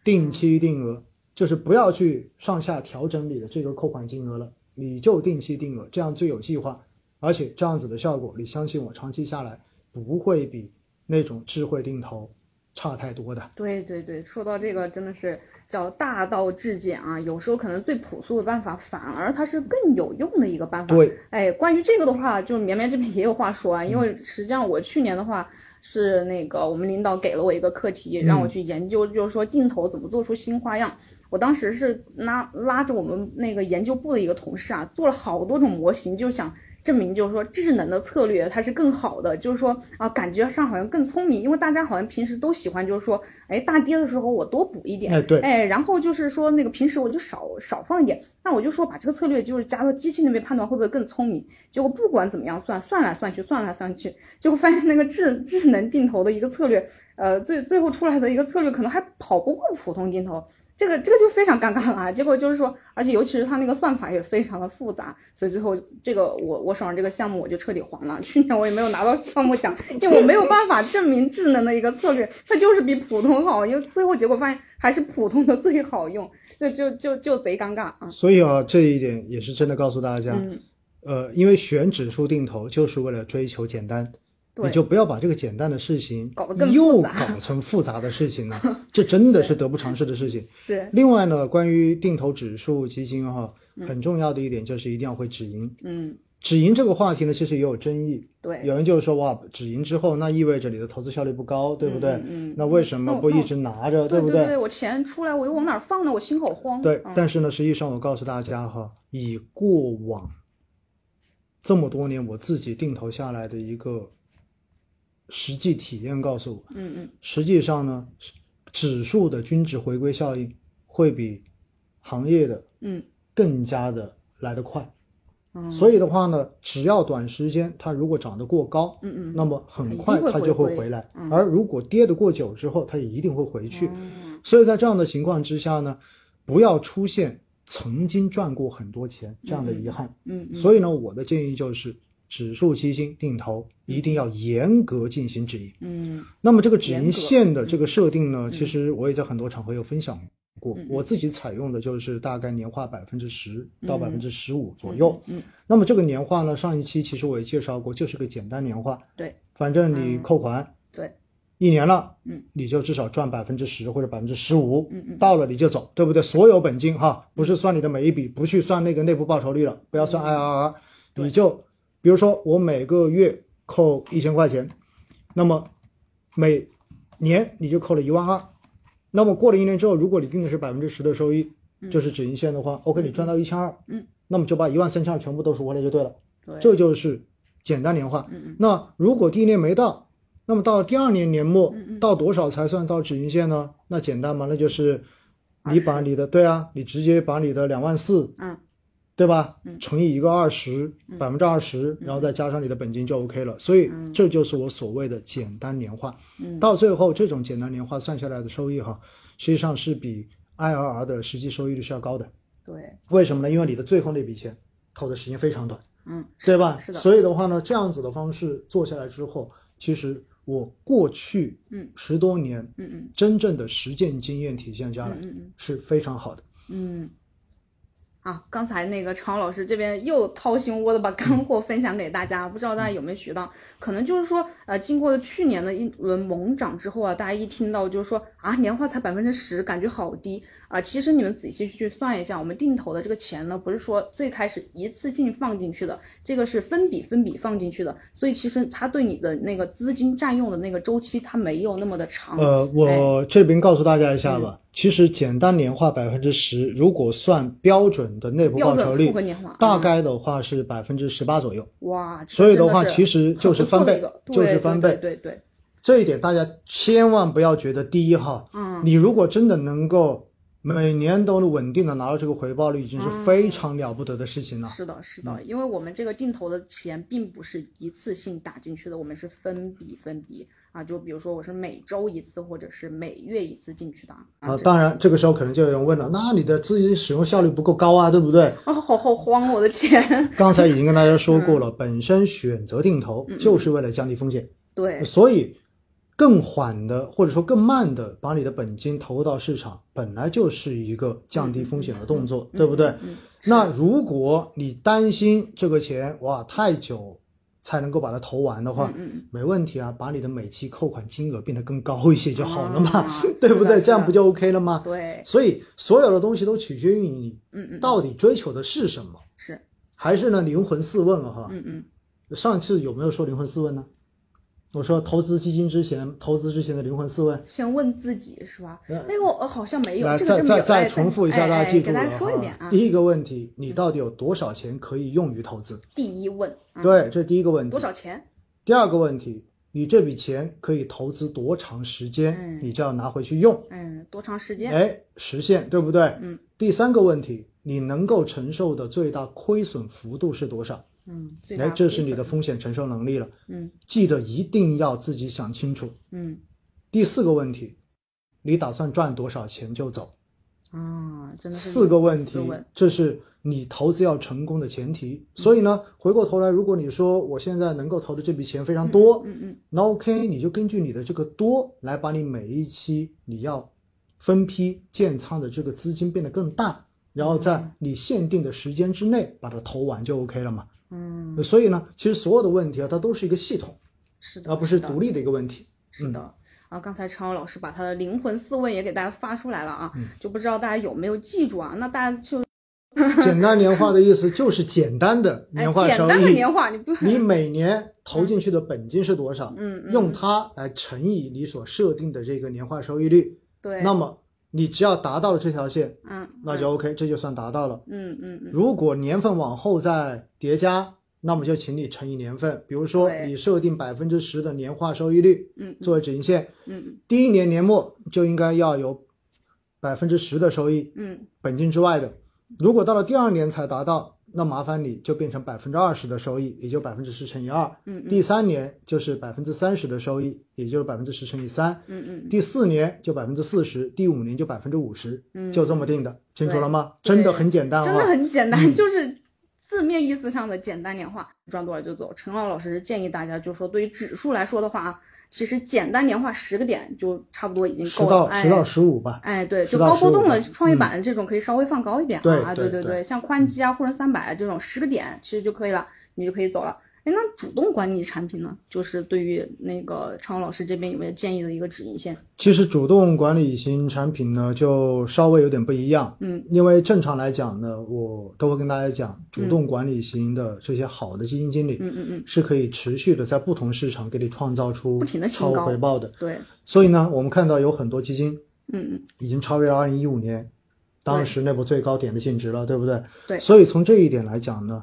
Speaker 1: 定期定额就是不要去上下调整你的这个扣款金额了，你就定期定额，这样最有计划，而且这样子的效果，你相信我，长期下来不会比那种智慧定投差太多的。
Speaker 2: 对对对，说到这个真的是叫大道至简啊，有时候可能最朴素的办法，反而它是更有用的一个办法。
Speaker 1: 对，
Speaker 2: 哎，关于这个的话，就是绵绵这边也有话说啊，因为实际上我去年的话是那个我们领导给了我一个课题，让我去研究，就是说定投怎么做出新花样。我当时是拉拉着我们那个研究部的一个同事啊，做了好多种模型，就想证明，就是说智能的策略它是更好的，就是说啊，感觉上好像更聪明，因为大家好像平时都喜欢就是说，哎，大跌的时候我多补一点，
Speaker 1: 哎，对，
Speaker 2: 哎，然后就是说那个平时我就少少放一点，那我就说把这个策略就是加到机器那边判断会不会更聪明。结果不管怎么样算，算来算去，算来算去，结果发现那个智智能定投的一个策略，呃，最最后出来的一个策略可能还跑不过普通定投。这个这个就非常尴尬了啊！结果就是说，而且尤其是它那个算法也非常的复杂，所以最后这个我我手上这个项目我就彻底黄了。去年我也没有拿到项目奖，因为我没有办法证明智能的一个策略，它就是比普通好，因为最后结果发现还是普通的最好用，就就就就贼尴尬啊！
Speaker 1: 所以啊，这一点也是真的告诉大家，
Speaker 2: 嗯，
Speaker 1: 呃，因为选指数定投就是为了追求简单，
Speaker 2: 对
Speaker 1: 你就不要把这个简单的事情
Speaker 2: 搞得更复
Speaker 1: 又
Speaker 2: 杂
Speaker 1: 搞成复杂的事情 了，这真的是得不偿失的事情。
Speaker 2: 是，
Speaker 1: 另外呢，关于定投指数基金哈，很重要的一点就是一定要会止盈。
Speaker 2: 嗯，
Speaker 1: 止盈这个话题呢，其实也有争议，
Speaker 2: 对，
Speaker 1: 有人就说哇，止盈之后那意味着你的投资效率不高，对不对？
Speaker 2: 嗯嗯嗯
Speaker 1: 那为什么
Speaker 2: 那我
Speaker 1: 不一直拿着，
Speaker 2: 对
Speaker 1: 不
Speaker 2: 对？我钱出来我又往哪儿放呢？我心好慌。
Speaker 1: 对，
Speaker 2: 嗯
Speaker 1: 但是呢，实际上我告诉大家哈，以过往这么多年我自己定投下来的一个实际体验告诉我，
Speaker 2: 嗯嗯，
Speaker 1: 实际上呢，指数的均值回归效应会比行业的
Speaker 2: 嗯
Speaker 1: 更加的来得快。
Speaker 2: 嗯
Speaker 1: 所以的话呢，只要短时间它如果涨得过高，
Speaker 2: 嗯嗯，
Speaker 1: 那么很
Speaker 2: 一
Speaker 1: 快
Speaker 2: 定会
Speaker 1: 它就
Speaker 2: 回
Speaker 1: 会
Speaker 2: 归
Speaker 1: 回来，
Speaker 2: 嗯
Speaker 1: 而如果跌得过久之后，它也一定会回去。
Speaker 2: 哦
Speaker 1: 所以在这样的情况之下呢，不要出现曾经赚过很多钱这样的遗憾。
Speaker 2: 嗯嗯，
Speaker 1: 所以呢，我的建议就是，指数基金定投一定要严格进行止盈。
Speaker 2: 嗯
Speaker 1: 那么这个止
Speaker 2: 严
Speaker 1: 盈
Speaker 2: 格
Speaker 1: 线的这个设定呢，其实我也在很多场合有分享过
Speaker 2: 嗯嗯嗯，
Speaker 1: 我自己采用的就是大概年化百分之十到百
Speaker 2: 嗯
Speaker 1: 分之十五左右。
Speaker 2: 嗯，
Speaker 1: 那么这个年化呢，上一期其实我也介绍过，就是个简单年化，
Speaker 2: 对，嗯
Speaker 1: 反正你扣款
Speaker 2: 对，
Speaker 1: 一年了，
Speaker 2: 嗯，
Speaker 1: 你就至少赚百分之十或者百分之十五，
Speaker 2: 嗯嗯，
Speaker 1: 到了你就走，对不对？所有本金哈，不是算你的每一笔，不去算那个内部报酬率了，不要
Speaker 2: 嗯
Speaker 1: 算 IRR，、你就比如说我每个月扣一千块钱，那么每年你就扣了一万二，那么过了一年之后，如果你定的是百分之十的收益，就是止盈线的话、o k 你赚到一千二，
Speaker 2: 嗯，
Speaker 1: 那么就把一万三千二全部都赎回来就对了，
Speaker 2: 对，
Speaker 1: 这就是简单年化。
Speaker 2: 嗯嗯
Speaker 1: 那如果第一年没到，那么到第二年年末
Speaker 2: 嗯嗯
Speaker 1: 到多少才算到止盈线呢？那简单嘛，那就是你把你的对啊，你直接把你的两万四，
Speaker 2: 嗯，
Speaker 1: 对吧
Speaker 2: 嗯？
Speaker 1: 乘以一个二十，百分之二十，然后再加上你的本金就 OK 了。所以
Speaker 2: 嗯
Speaker 1: 这就是我所谓的简单年化。
Speaker 2: 嗯
Speaker 1: 到最后，这种简单年化算下来的收益哈，实际上是比 IRR 的实际收益率是要高的。
Speaker 2: 对，
Speaker 1: 为什么呢？因为你的最后那笔钱投的时间非常短。
Speaker 2: 嗯，
Speaker 1: 对吧？
Speaker 2: 是的，
Speaker 1: 所以的话呢，这样子的方式做下来之后，其实我过去
Speaker 2: 嗯
Speaker 1: 十多年
Speaker 2: 嗯嗯
Speaker 1: 真正的实践经验体现下
Speaker 2: 嗯
Speaker 1: 来
Speaker 2: 嗯嗯
Speaker 1: 是非常好的。
Speaker 2: 嗯。啊，刚才那个常老师这边又掏心窝的把干
Speaker 1: 嗯
Speaker 2: 货分享给大家，不知道大家有没有学到？可能就是说，呃，经过了去年的一轮猛涨之后啊，大家一听到就是说啊，年化才百分之十，感觉好低啊。其实你们仔细去算一下，我们定投的这个钱呢，不是说最开始一次性放进去的，这个是分笔分笔放进去的，所以其实它对你的那个资金占用的那个周期，它没有那么的长。
Speaker 1: 呃，我
Speaker 2: 哎
Speaker 1: 这边告诉大家一下
Speaker 2: 嗯
Speaker 1: 吧，其实简单年化百分之十，如果算标准的内部
Speaker 2: 标
Speaker 1: 报酬
Speaker 2: 准复
Speaker 1: 率
Speaker 2: 合，年化，
Speaker 1: 大
Speaker 2: 嗯
Speaker 1: 概的话是百分之十八左右。
Speaker 2: 哇，这
Speaker 1: 所以
Speaker 2: 真
Speaker 1: 的话，
Speaker 2: 是
Speaker 1: 其实
Speaker 2: 很
Speaker 1: 就是
Speaker 2: 不错
Speaker 1: 翻
Speaker 2: 的
Speaker 1: 倍
Speaker 2: 一个，
Speaker 1: 就
Speaker 2: 对
Speaker 1: 是
Speaker 2: 对
Speaker 1: 翻倍。
Speaker 2: 对对对，
Speaker 1: 这一点大家千万不要觉得第一哈，
Speaker 2: 嗯，
Speaker 1: 你如果真的能够每年都能稳定的拿到这个回报率，已经是非常了不得的事情了。
Speaker 2: 是的，是的，
Speaker 1: 嗯
Speaker 2: 因为我们这个定投的钱并不是一次性打进去的，我们是分笔分笔啊，就比如说我是每周一次或者是每月一次进去的啊
Speaker 1: 啊，
Speaker 2: 这
Speaker 1: 当然，这个时候可能就有人问了，那你的资金使用效率不够高啊，对不对？
Speaker 2: 啊， 好好慌，我的钱，
Speaker 1: 刚才已经跟大家说过了，
Speaker 2: 嗯
Speaker 1: 本身选择定投就是为了降低风险，
Speaker 2: 对，
Speaker 1: 所以更缓的或者说更慢的把你的本金投入到市场，本来就是一个降低风险的动作，对不对？
Speaker 2: 嗯？嗯
Speaker 1: 那如果你担心这个钱哇太久才能够把它投完的话，
Speaker 2: 嗯嗯
Speaker 1: 没问题啊，把你的每期扣款金额变得更高一些就好了嘛，
Speaker 2: 啊
Speaker 1: 对
Speaker 2: 是
Speaker 1: 不
Speaker 2: 的
Speaker 1: 对？
Speaker 2: 是
Speaker 1: 这样
Speaker 2: 的
Speaker 1: 不就 OK 了吗？
Speaker 2: 嗯对，
Speaker 1: 所以所有的东西都取决于你
Speaker 2: 嗯嗯，
Speaker 1: 到底追求的是什么，
Speaker 2: 是，
Speaker 1: 还是呢灵魂四问了哈？
Speaker 2: 嗯嗯，
Speaker 1: 上次有没有说灵魂四问呢？我说投资基金之前，投资之前的灵魂四问。
Speaker 2: 先问自己是吧？
Speaker 1: 嗯
Speaker 2: 哎我呃好像没有
Speaker 1: 来，
Speaker 2: 这个
Speaker 1: 再
Speaker 2: 真没
Speaker 1: 再
Speaker 2: 有。哎
Speaker 1: 再重复一下，
Speaker 2: 哎
Speaker 1: 大
Speaker 2: 哎
Speaker 1: 家记住
Speaker 2: 给大
Speaker 1: 了
Speaker 2: 家说一遍
Speaker 1: 哈。
Speaker 2: 啊。
Speaker 1: 第一个问题，你到底有多少钱可以用于投资？
Speaker 2: 第一问啊，
Speaker 1: 对，这是第一个问题
Speaker 2: 多。少钱？
Speaker 1: 第二个问题，你这笔钱可以投资多长时间
Speaker 2: 嗯？
Speaker 1: 你就要拿回去用，
Speaker 2: 嗯，多长时间？
Speaker 1: 哎，实现，对不对？
Speaker 2: 嗯。
Speaker 1: 第三个问题，你能够承受的最大亏损幅度是多少？
Speaker 2: 嗯，最
Speaker 1: 哎
Speaker 2: 大，
Speaker 1: 这
Speaker 2: 亏
Speaker 1: 是你的
Speaker 2: 损
Speaker 1: 风险承受能力了。
Speaker 2: 嗯
Speaker 1: 记得一定要自己想清楚。
Speaker 2: 嗯
Speaker 1: 第四个问题，你打算赚多少钱就走？
Speaker 2: 啊，真的是
Speaker 1: 四个问
Speaker 2: 思
Speaker 1: 题
Speaker 2: 维，
Speaker 1: 这是你投资要成功的前提。所以呢，回过头来，如果你说我现在能够投的这笔钱非常多，
Speaker 2: 嗯嗯
Speaker 1: 那 OK，你就根据你的这个多来把你每一期你要分批建仓的这个资金变得更大，然后
Speaker 2: 嗯
Speaker 1: 在你限定的时间之内把它投完就 OK 了嘛。
Speaker 2: 嗯，
Speaker 1: 所以呢，其实所有的问题啊，它都是一个系统，
Speaker 2: 是的，
Speaker 1: 啊而不是
Speaker 2: 的
Speaker 1: 独嗯立的一个问题。
Speaker 2: 是的。啊，刚才常友老师把他的灵魂四问也给大家发出来了啊，
Speaker 1: 嗯
Speaker 2: 就不知道大家有没有记住啊？那大家就
Speaker 1: 简单年化的意思就是简单的
Speaker 2: 哎
Speaker 1: 年化
Speaker 2: 简
Speaker 1: 收
Speaker 2: 单的
Speaker 1: 益，
Speaker 2: 年化，你不
Speaker 1: 你每年投进去的本金是多少？
Speaker 2: 嗯嗯
Speaker 1: 用它来乘以你所设定的这个年化收益率，
Speaker 2: 对，
Speaker 1: 那么你只要达到了这条线，
Speaker 2: 嗯
Speaker 1: 那就 OK，这就算达到了。
Speaker 2: 嗯嗯嗯
Speaker 1: 如果年份往后再叠加，那么就请你乘以年份，比如说
Speaker 2: 对
Speaker 1: 你设定百分之十的年化收益率
Speaker 2: 嗯
Speaker 1: 作为止盈线，
Speaker 2: 嗯
Speaker 1: 第一年年末就应该要有百分之十的收益，
Speaker 2: 嗯
Speaker 1: 本金之外的。如果到了第二年才达到，那麻烦你就变成百分之二十的收益，也就百分之十乘以二。
Speaker 2: 嗯嗯
Speaker 1: 第三年就是百分之三十的收益，也就是百分之十乘以三。
Speaker 2: 嗯嗯，
Speaker 1: 第四年就百分之四十，第五年就百分之五十，
Speaker 2: 嗯
Speaker 1: 就这么定的，清楚了吗？
Speaker 2: 对
Speaker 1: 真的很简单
Speaker 2: 真
Speaker 1: 哈、
Speaker 2: 的很简单，
Speaker 1: 嗯
Speaker 2: 就是字面意思上的简单年化，赚多少就走。陈老老师建议大家，就是说对于指数来说的话啊，其实简单年化十个点就差不多已经
Speaker 1: 十
Speaker 2: 够了
Speaker 1: 到。
Speaker 2: 哎
Speaker 1: 十到十五吧。
Speaker 2: 哎，对，
Speaker 1: 10
Speaker 2: 就
Speaker 1: 到
Speaker 2: 高波动的
Speaker 1: 15
Speaker 2: 创业板这种可以稍微放高一点
Speaker 1: 对
Speaker 2: 啊，
Speaker 1: 对
Speaker 2: 对
Speaker 1: 对嗯
Speaker 2: 对，像宽基啊、沪深三百这种十个点其实就可以了，你就可以走了。哎，那主动管理产品呢？就是对于那个常老师这边有没有建议的一个指引线？
Speaker 1: 其实主动管理型产品呢，就稍微有点不一样。
Speaker 2: 嗯，
Speaker 1: 因为正常来讲呢，我都会跟大家讲，主动管理型的这些好的基金经理，
Speaker 2: 嗯嗯嗯，
Speaker 1: 是可以持续的在不同市场给你创造出
Speaker 2: 不停地
Speaker 1: 超
Speaker 2: 升高
Speaker 1: 回报的。
Speaker 2: 对，
Speaker 1: 所以呢，我们看到有很多基金
Speaker 2: 嗯嗯，
Speaker 1: 已经超越了二零一五年当时那波最高点的净值了，对不对？
Speaker 2: 对
Speaker 1: 所以从这一点来讲呢，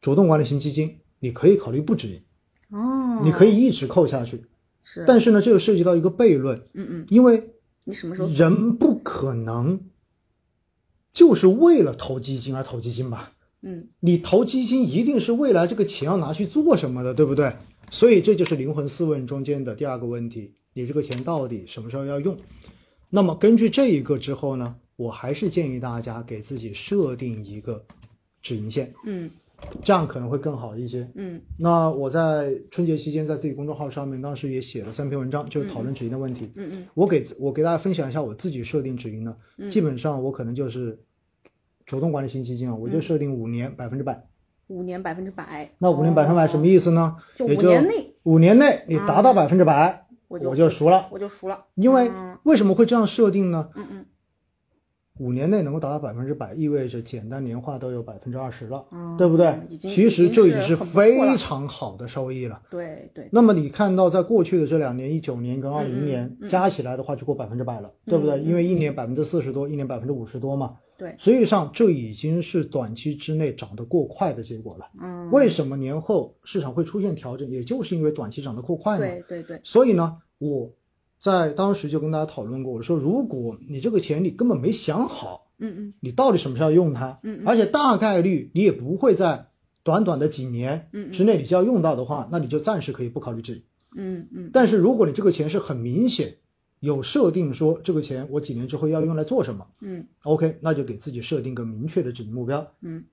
Speaker 1: 主动管理型基金你可以考虑不止盈，
Speaker 2: 哦，
Speaker 1: 你可以一直扣下去。
Speaker 2: 是，
Speaker 1: 但是呢，这就涉及到一个悖论，
Speaker 2: 嗯嗯，
Speaker 1: 因为
Speaker 2: 你什么时候？
Speaker 1: 人不可能就是为了投基金而投基金吧？
Speaker 2: 嗯，
Speaker 1: 你投基金一定是未来这个钱要拿去做什么的，对不对？所以这就是灵魂四问中间的第二个问题：你这个钱到底什么时候要用？那么根据这一个之后呢，我还是建议大家给自己设定一个止盈线，
Speaker 2: 嗯
Speaker 1: 这样可能会更好一些。
Speaker 2: 嗯
Speaker 1: 那我在春节期间在自己公众号上面当时也写了三篇文章，就是讨论止盈的问题。
Speaker 2: 嗯嗯
Speaker 1: 我给我给大家分享一下我自己设定止盈呢，基本上我可能就是主动管理型基金啊，我
Speaker 2: 嗯
Speaker 1: 就设定五年百分之百。
Speaker 2: 五年百分之百。
Speaker 1: 那五年百分百什
Speaker 2: 哦
Speaker 1: 么意思呢？
Speaker 2: 就
Speaker 1: 也
Speaker 2: 五
Speaker 1: 就
Speaker 2: 年内
Speaker 1: 五年内你达到百分之百，
Speaker 2: 啊我就
Speaker 1: 我就赎了。
Speaker 2: 我就输了，
Speaker 1: 因为
Speaker 2: 嗯
Speaker 1: 为什么会这样设定呢？
Speaker 2: 嗯嗯
Speaker 1: 五年内能够达到百分之百，意味着简单年化都有百分之二十了，
Speaker 2: 嗯，
Speaker 1: 对不对
Speaker 2: 已？经
Speaker 1: 其实就已经是
Speaker 2: 很不错了
Speaker 1: 非常好的收益了。
Speaker 2: 对对，
Speaker 1: 那么你看到，在过去的这两年，一九年跟二零
Speaker 2: 嗯
Speaker 1: 年加起来的话，就过百分之百了，对不对？因为一年百分之四十多，一年百分之五十多嘛。
Speaker 2: 对
Speaker 1: 实际上这已经是短期之内涨得过快的结果了。
Speaker 2: 嗯，
Speaker 1: 为什么年后市场会出现调整？也就是因为短期涨得过快嘛。
Speaker 2: 对对对，
Speaker 1: 所以呢，我在当时就跟大家讨论过，我说如果你这个钱你根本没想好，
Speaker 2: 嗯嗯
Speaker 1: 你到底什么时候要用它，
Speaker 2: 嗯嗯
Speaker 1: 而且大概率你也不会在短短的几年
Speaker 2: 嗯嗯
Speaker 1: 之内你就要用到的话，那你就暂时可以不考虑置。
Speaker 2: 嗯嗯
Speaker 1: 但是如果你这个钱是很明显有设定说这个钱我几年之后要用来做什么
Speaker 2: 嗯
Speaker 1: ，OK，那就给自己设定个明确的止盈目标，
Speaker 2: 嗯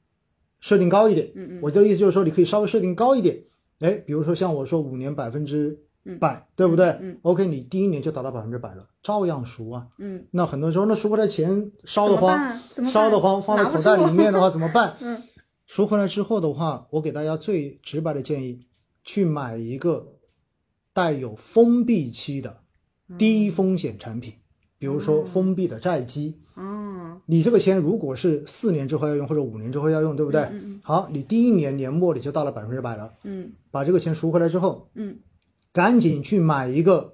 Speaker 1: 设定高一点。
Speaker 2: 嗯嗯，
Speaker 1: 我的意思就是说，你可以稍微设定高一点，哎，比如说像我说五年百分之百，对不对？
Speaker 2: 嗯
Speaker 1: o k 你第一年就达到百分之百了，照样赎啊。
Speaker 2: 嗯
Speaker 1: 那很多人说，那赎回来钱烧的
Speaker 2: 怎么
Speaker 1: 慌
Speaker 2: 办，怎么
Speaker 1: 烧的
Speaker 2: 办
Speaker 1: 慌，放在
Speaker 2: 拿不
Speaker 1: 口袋
Speaker 2: 住
Speaker 1: 里面的话怎么办？
Speaker 2: 嗯
Speaker 1: 赎回来之后的话，我给大家最直白的建议，去买一个带有封闭期的
Speaker 2: 嗯
Speaker 1: 低风险产品，比如说封闭的债基。
Speaker 2: 哦，
Speaker 1: 你这个钱如果是四年之后要用或者五年之后要用，对不对？
Speaker 2: 嗯
Speaker 1: 好，你第一年年末你就到了百分之百了，
Speaker 2: 嗯
Speaker 1: 把这个钱赎回来之后，
Speaker 2: 嗯
Speaker 1: 赶紧去买一个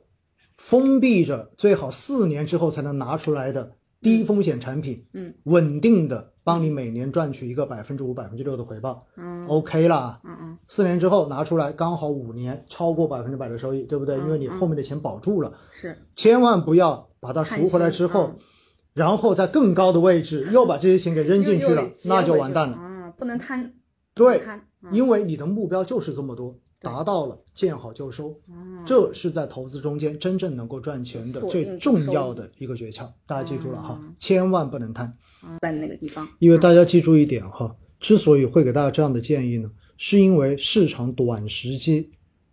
Speaker 1: 封闭着，最好四年之后才能拿出来的低风险产品，
Speaker 2: 嗯，
Speaker 1: 稳定的帮你每年赚取一个百分之五、百分之六的回报
Speaker 2: 嗯
Speaker 1: ，OK 啦。
Speaker 2: 嗯嗯
Speaker 1: 四年之后拿出来，刚好五年超过百分之百的收益，对不对？
Speaker 2: 嗯
Speaker 1: 因为你后面的钱保住了，
Speaker 2: 是
Speaker 1: 千万不要把它赎回来之后，
Speaker 2: 贪
Speaker 1: 然后在更高的位置又把这些钱给扔进去
Speaker 2: 又
Speaker 1: 了
Speaker 2: 又，接
Speaker 1: 那就
Speaker 2: 回
Speaker 1: 完
Speaker 2: 去
Speaker 1: 蛋了。
Speaker 2: 啊，不能贪，
Speaker 1: 对
Speaker 2: 不能，贪，嗯
Speaker 1: 因为你的目标就是这么多，
Speaker 2: 对
Speaker 1: 达到了见好就收，
Speaker 2: 嗯
Speaker 1: 这是在投资中间真正能够赚钱的
Speaker 2: 锁
Speaker 1: 最
Speaker 2: 定
Speaker 1: 重要的一个诀窍。大家记住了哈，千万不能贪。
Speaker 2: 嗯在那个地方，
Speaker 1: 因为大家记住一点哈，之所以会给大家这样的建议呢，是因为市场短时期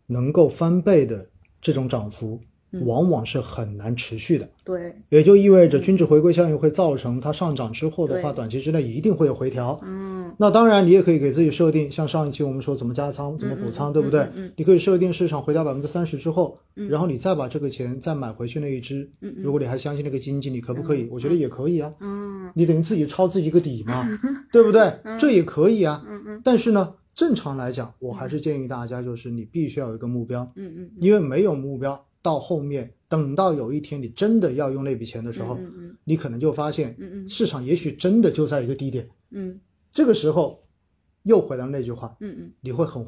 Speaker 1: 能够翻倍的这种涨幅，
Speaker 2: 嗯
Speaker 1: 往往是很难持续的。
Speaker 2: 对，
Speaker 1: 也就意味着均值回归效应会造成它上涨之后的话，
Speaker 2: 嗯对
Speaker 1: 短期之内一定会有回调。
Speaker 2: 嗯，
Speaker 1: 那当然，你也可以给自己设定，像上一期我们说怎么加仓、怎么补仓，对不对？
Speaker 2: 嗯
Speaker 1: 你可以设定市场回调百分之三十之后，然后你再把这个钱再买回去那一只。如果你还相信那个基金，你可不可以？我觉得也可以啊。
Speaker 2: 嗯，
Speaker 1: 你等于自己抄自己一个底 嘛，对不对？这也可以啊。
Speaker 2: 嗯嗯
Speaker 1: 但是呢，正常来讲，我还是建议大家，就是你必须要有一个目标，
Speaker 2: 嗯嗯
Speaker 1: 因为没有目标，到后面等到有一天你真的要用那笔钱的时候，
Speaker 2: 嗯嗯
Speaker 1: 你可能就发现
Speaker 2: 嗯
Speaker 1: 市场也许真的就在一个低点。
Speaker 2: 嗯
Speaker 1: 这个时候，又回到那句话，
Speaker 2: 嗯嗯
Speaker 1: 你会很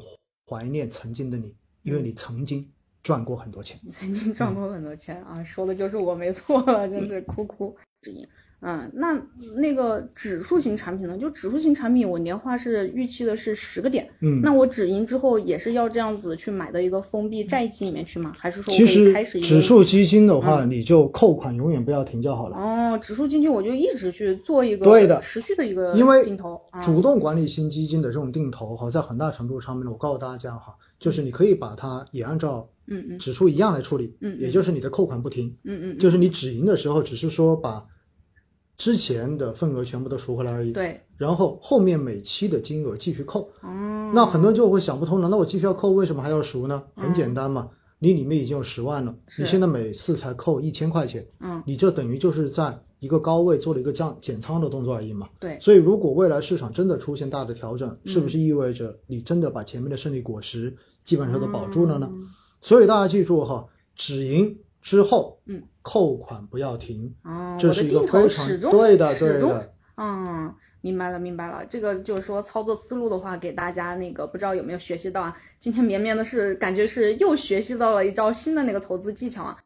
Speaker 1: 怀念曾经的你，因为你曾经赚过很多钱。
Speaker 2: 嗯，曾经赚过很多钱啊，说的就是我没错了，真是哭哭。嗯，那那个指数型产品呢？就指数型产品，我年化是预期的是十个点，
Speaker 1: 嗯，
Speaker 2: 那我止盈之后也是要这样子去买到一个封闭债基里面去吗？还是说我
Speaker 1: 嗯其
Speaker 2: 可以
Speaker 1: 实
Speaker 2: 开始一个嗯
Speaker 1: 指数基金的话，你就扣款永远不要停就好了。
Speaker 2: 哦，指数基金我就一直去做一个
Speaker 1: 对的
Speaker 2: 持续的一个
Speaker 1: 因为
Speaker 2: 定投啊，
Speaker 1: 主动管理型基金的这种定投哈，在很大程度上面呢，我告诉大家哈，就是你可以把它也按照
Speaker 2: 嗯嗯
Speaker 1: 指数一样来处理，
Speaker 2: 嗯嗯
Speaker 1: 也就是你的扣款不停，
Speaker 2: 嗯嗯
Speaker 1: 就是你止盈的时候，只是说把之前的份额全部都赎回来而已
Speaker 2: 嗯，，对，
Speaker 1: 然后后面每期的金额继续扣。
Speaker 2: 哦，
Speaker 1: 那很多人就会想不通了，那我继续要扣，为什么还要赎呢？很简单嘛，你里面已经有十万了，
Speaker 2: 嗯是
Speaker 1: 你现在每次才扣一千块钱，
Speaker 2: 嗯
Speaker 1: 你就等于就是在一个高位做了一个降减仓的动作而已嘛。
Speaker 2: 对，
Speaker 1: 所以如果未来市场真的出现大的调整，
Speaker 2: 嗯
Speaker 1: 是不是意味着你真的把前面的胜利果实基本上都保住了呢？
Speaker 2: 嗯
Speaker 1: 所以大家记住哈，止盈之后，
Speaker 2: 嗯，
Speaker 1: 扣款不要停，
Speaker 2: 哦，
Speaker 1: 这
Speaker 2: 我的
Speaker 1: 是一个非
Speaker 2: 定投
Speaker 1: 常
Speaker 2: 始终
Speaker 1: 对的对
Speaker 2: 始终
Speaker 1: 的。
Speaker 2: 嗯，明白了，明白了。这个就是说操作思路的话，给大家那个不知道有没有学习到啊？今天绵绵的是感觉是又学习到了一招新的那个投资技巧啊。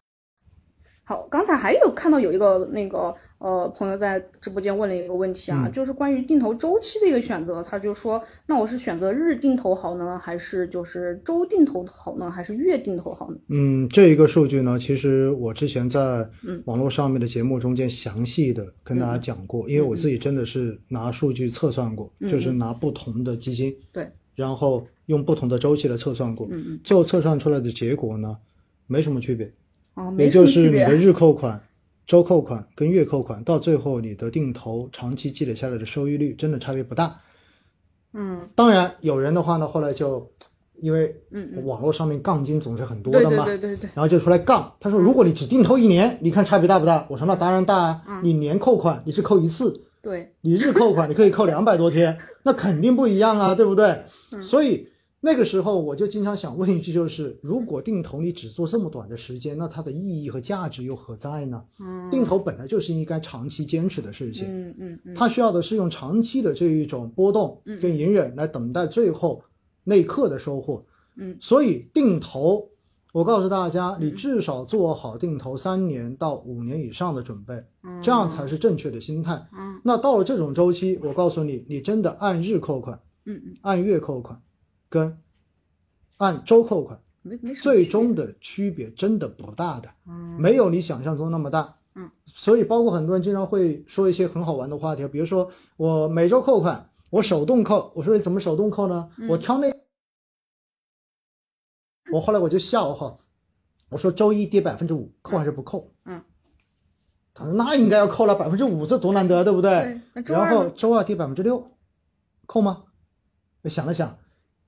Speaker 2: 好，刚才还有看到有一个那个呃朋友在直播间问了一个问题
Speaker 1: 嗯
Speaker 2: 啊，就是关于定投周期的一个选择，他就说，那我是选择日定投好呢，还是就是周定投好呢，还是月定投好呢？
Speaker 1: 嗯，这一个数据呢，其实我之前在
Speaker 2: 嗯
Speaker 1: 网络上面的节目中间详细的跟大家讲过，因为我自己真的是拿数据测算过，
Speaker 2: 嗯
Speaker 1: 就是拿不同的基金，
Speaker 2: 对，
Speaker 1: 然后用不同的周期来测算过，
Speaker 2: 嗯嗯，
Speaker 1: 最后测算出来的结果呢，没什么区别，
Speaker 2: 哦，
Speaker 1: 也
Speaker 2: 没什
Speaker 1: 就
Speaker 2: 么区
Speaker 1: 是你
Speaker 2: 别
Speaker 1: 的。日扣款、周扣款跟月扣款，到最后你的定投长期积累下来的收益率真的差别不大。
Speaker 2: 嗯
Speaker 1: 当然，有人的话呢，后来就因为
Speaker 2: 嗯嗯，
Speaker 1: 网络上面杠精总是很多
Speaker 2: 对
Speaker 1: 的嘛，
Speaker 2: 对对对对，
Speaker 1: 然后就出来杠，他说如果你只定投一年，你看差别大不大？我说那当然大啊，你年扣款你是扣一次，
Speaker 2: 对，
Speaker 1: 你日扣款你可以扣两百多天，那肯定不一样啊，对不对？所以那个时候我就经常想问一句，就是如果定投你只做这么短的时间，那它的意义和价值又何在呢？
Speaker 2: 嗯
Speaker 1: 定投本来就是应该长期坚持的事情，
Speaker 2: 嗯嗯嗯，
Speaker 1: 它需要的是用长期的这一种波动跟隐忍来等待最后那一刻的收获。
Speaker 2: 嗯，
Speaker 1: 所以定投，我告诉大家，你至少做好定投三年到五年以上的准备，这样才是正确的心态。
Speaker 2: 嗯，
Speaker 1: 那到了这种周期，我告诉你，你真的按日扣款、
Speaker 2: 嗯嗯，
Speaker 1: 按月扣款，跟按周扣款，
Speaker 2: 没没什么
Speaker 1: 最
Speaker 2: 区别
Speaker 1: 终的区别真的不大的。
Speaker 2: 嗯
Speaker 1: 没有你想象中那么大。
Speaker 2: 嗯，
Speaker 1: 所以包括很多人经常会说一些很好玩的话题，比如说我每周扣款，我手动扣。我说你怎么手动扣呢？
Speaker 2: 嗯
Speaker 1: 我挑那，我后来我就笑哈，我说周一跌百分之五，扣还是不扣？
Speaker 2: 嗯，
Speaker 1: 他说那应该要扣了百分之五，这多难得，对不对
Speaker 2: 对？那周
Speaker 1: 然
Speaker 2: 二
Speaker 1: 后
Speaker 2: 呢
Speaker 1: 周二跌百分之六，扣吗？我想了想，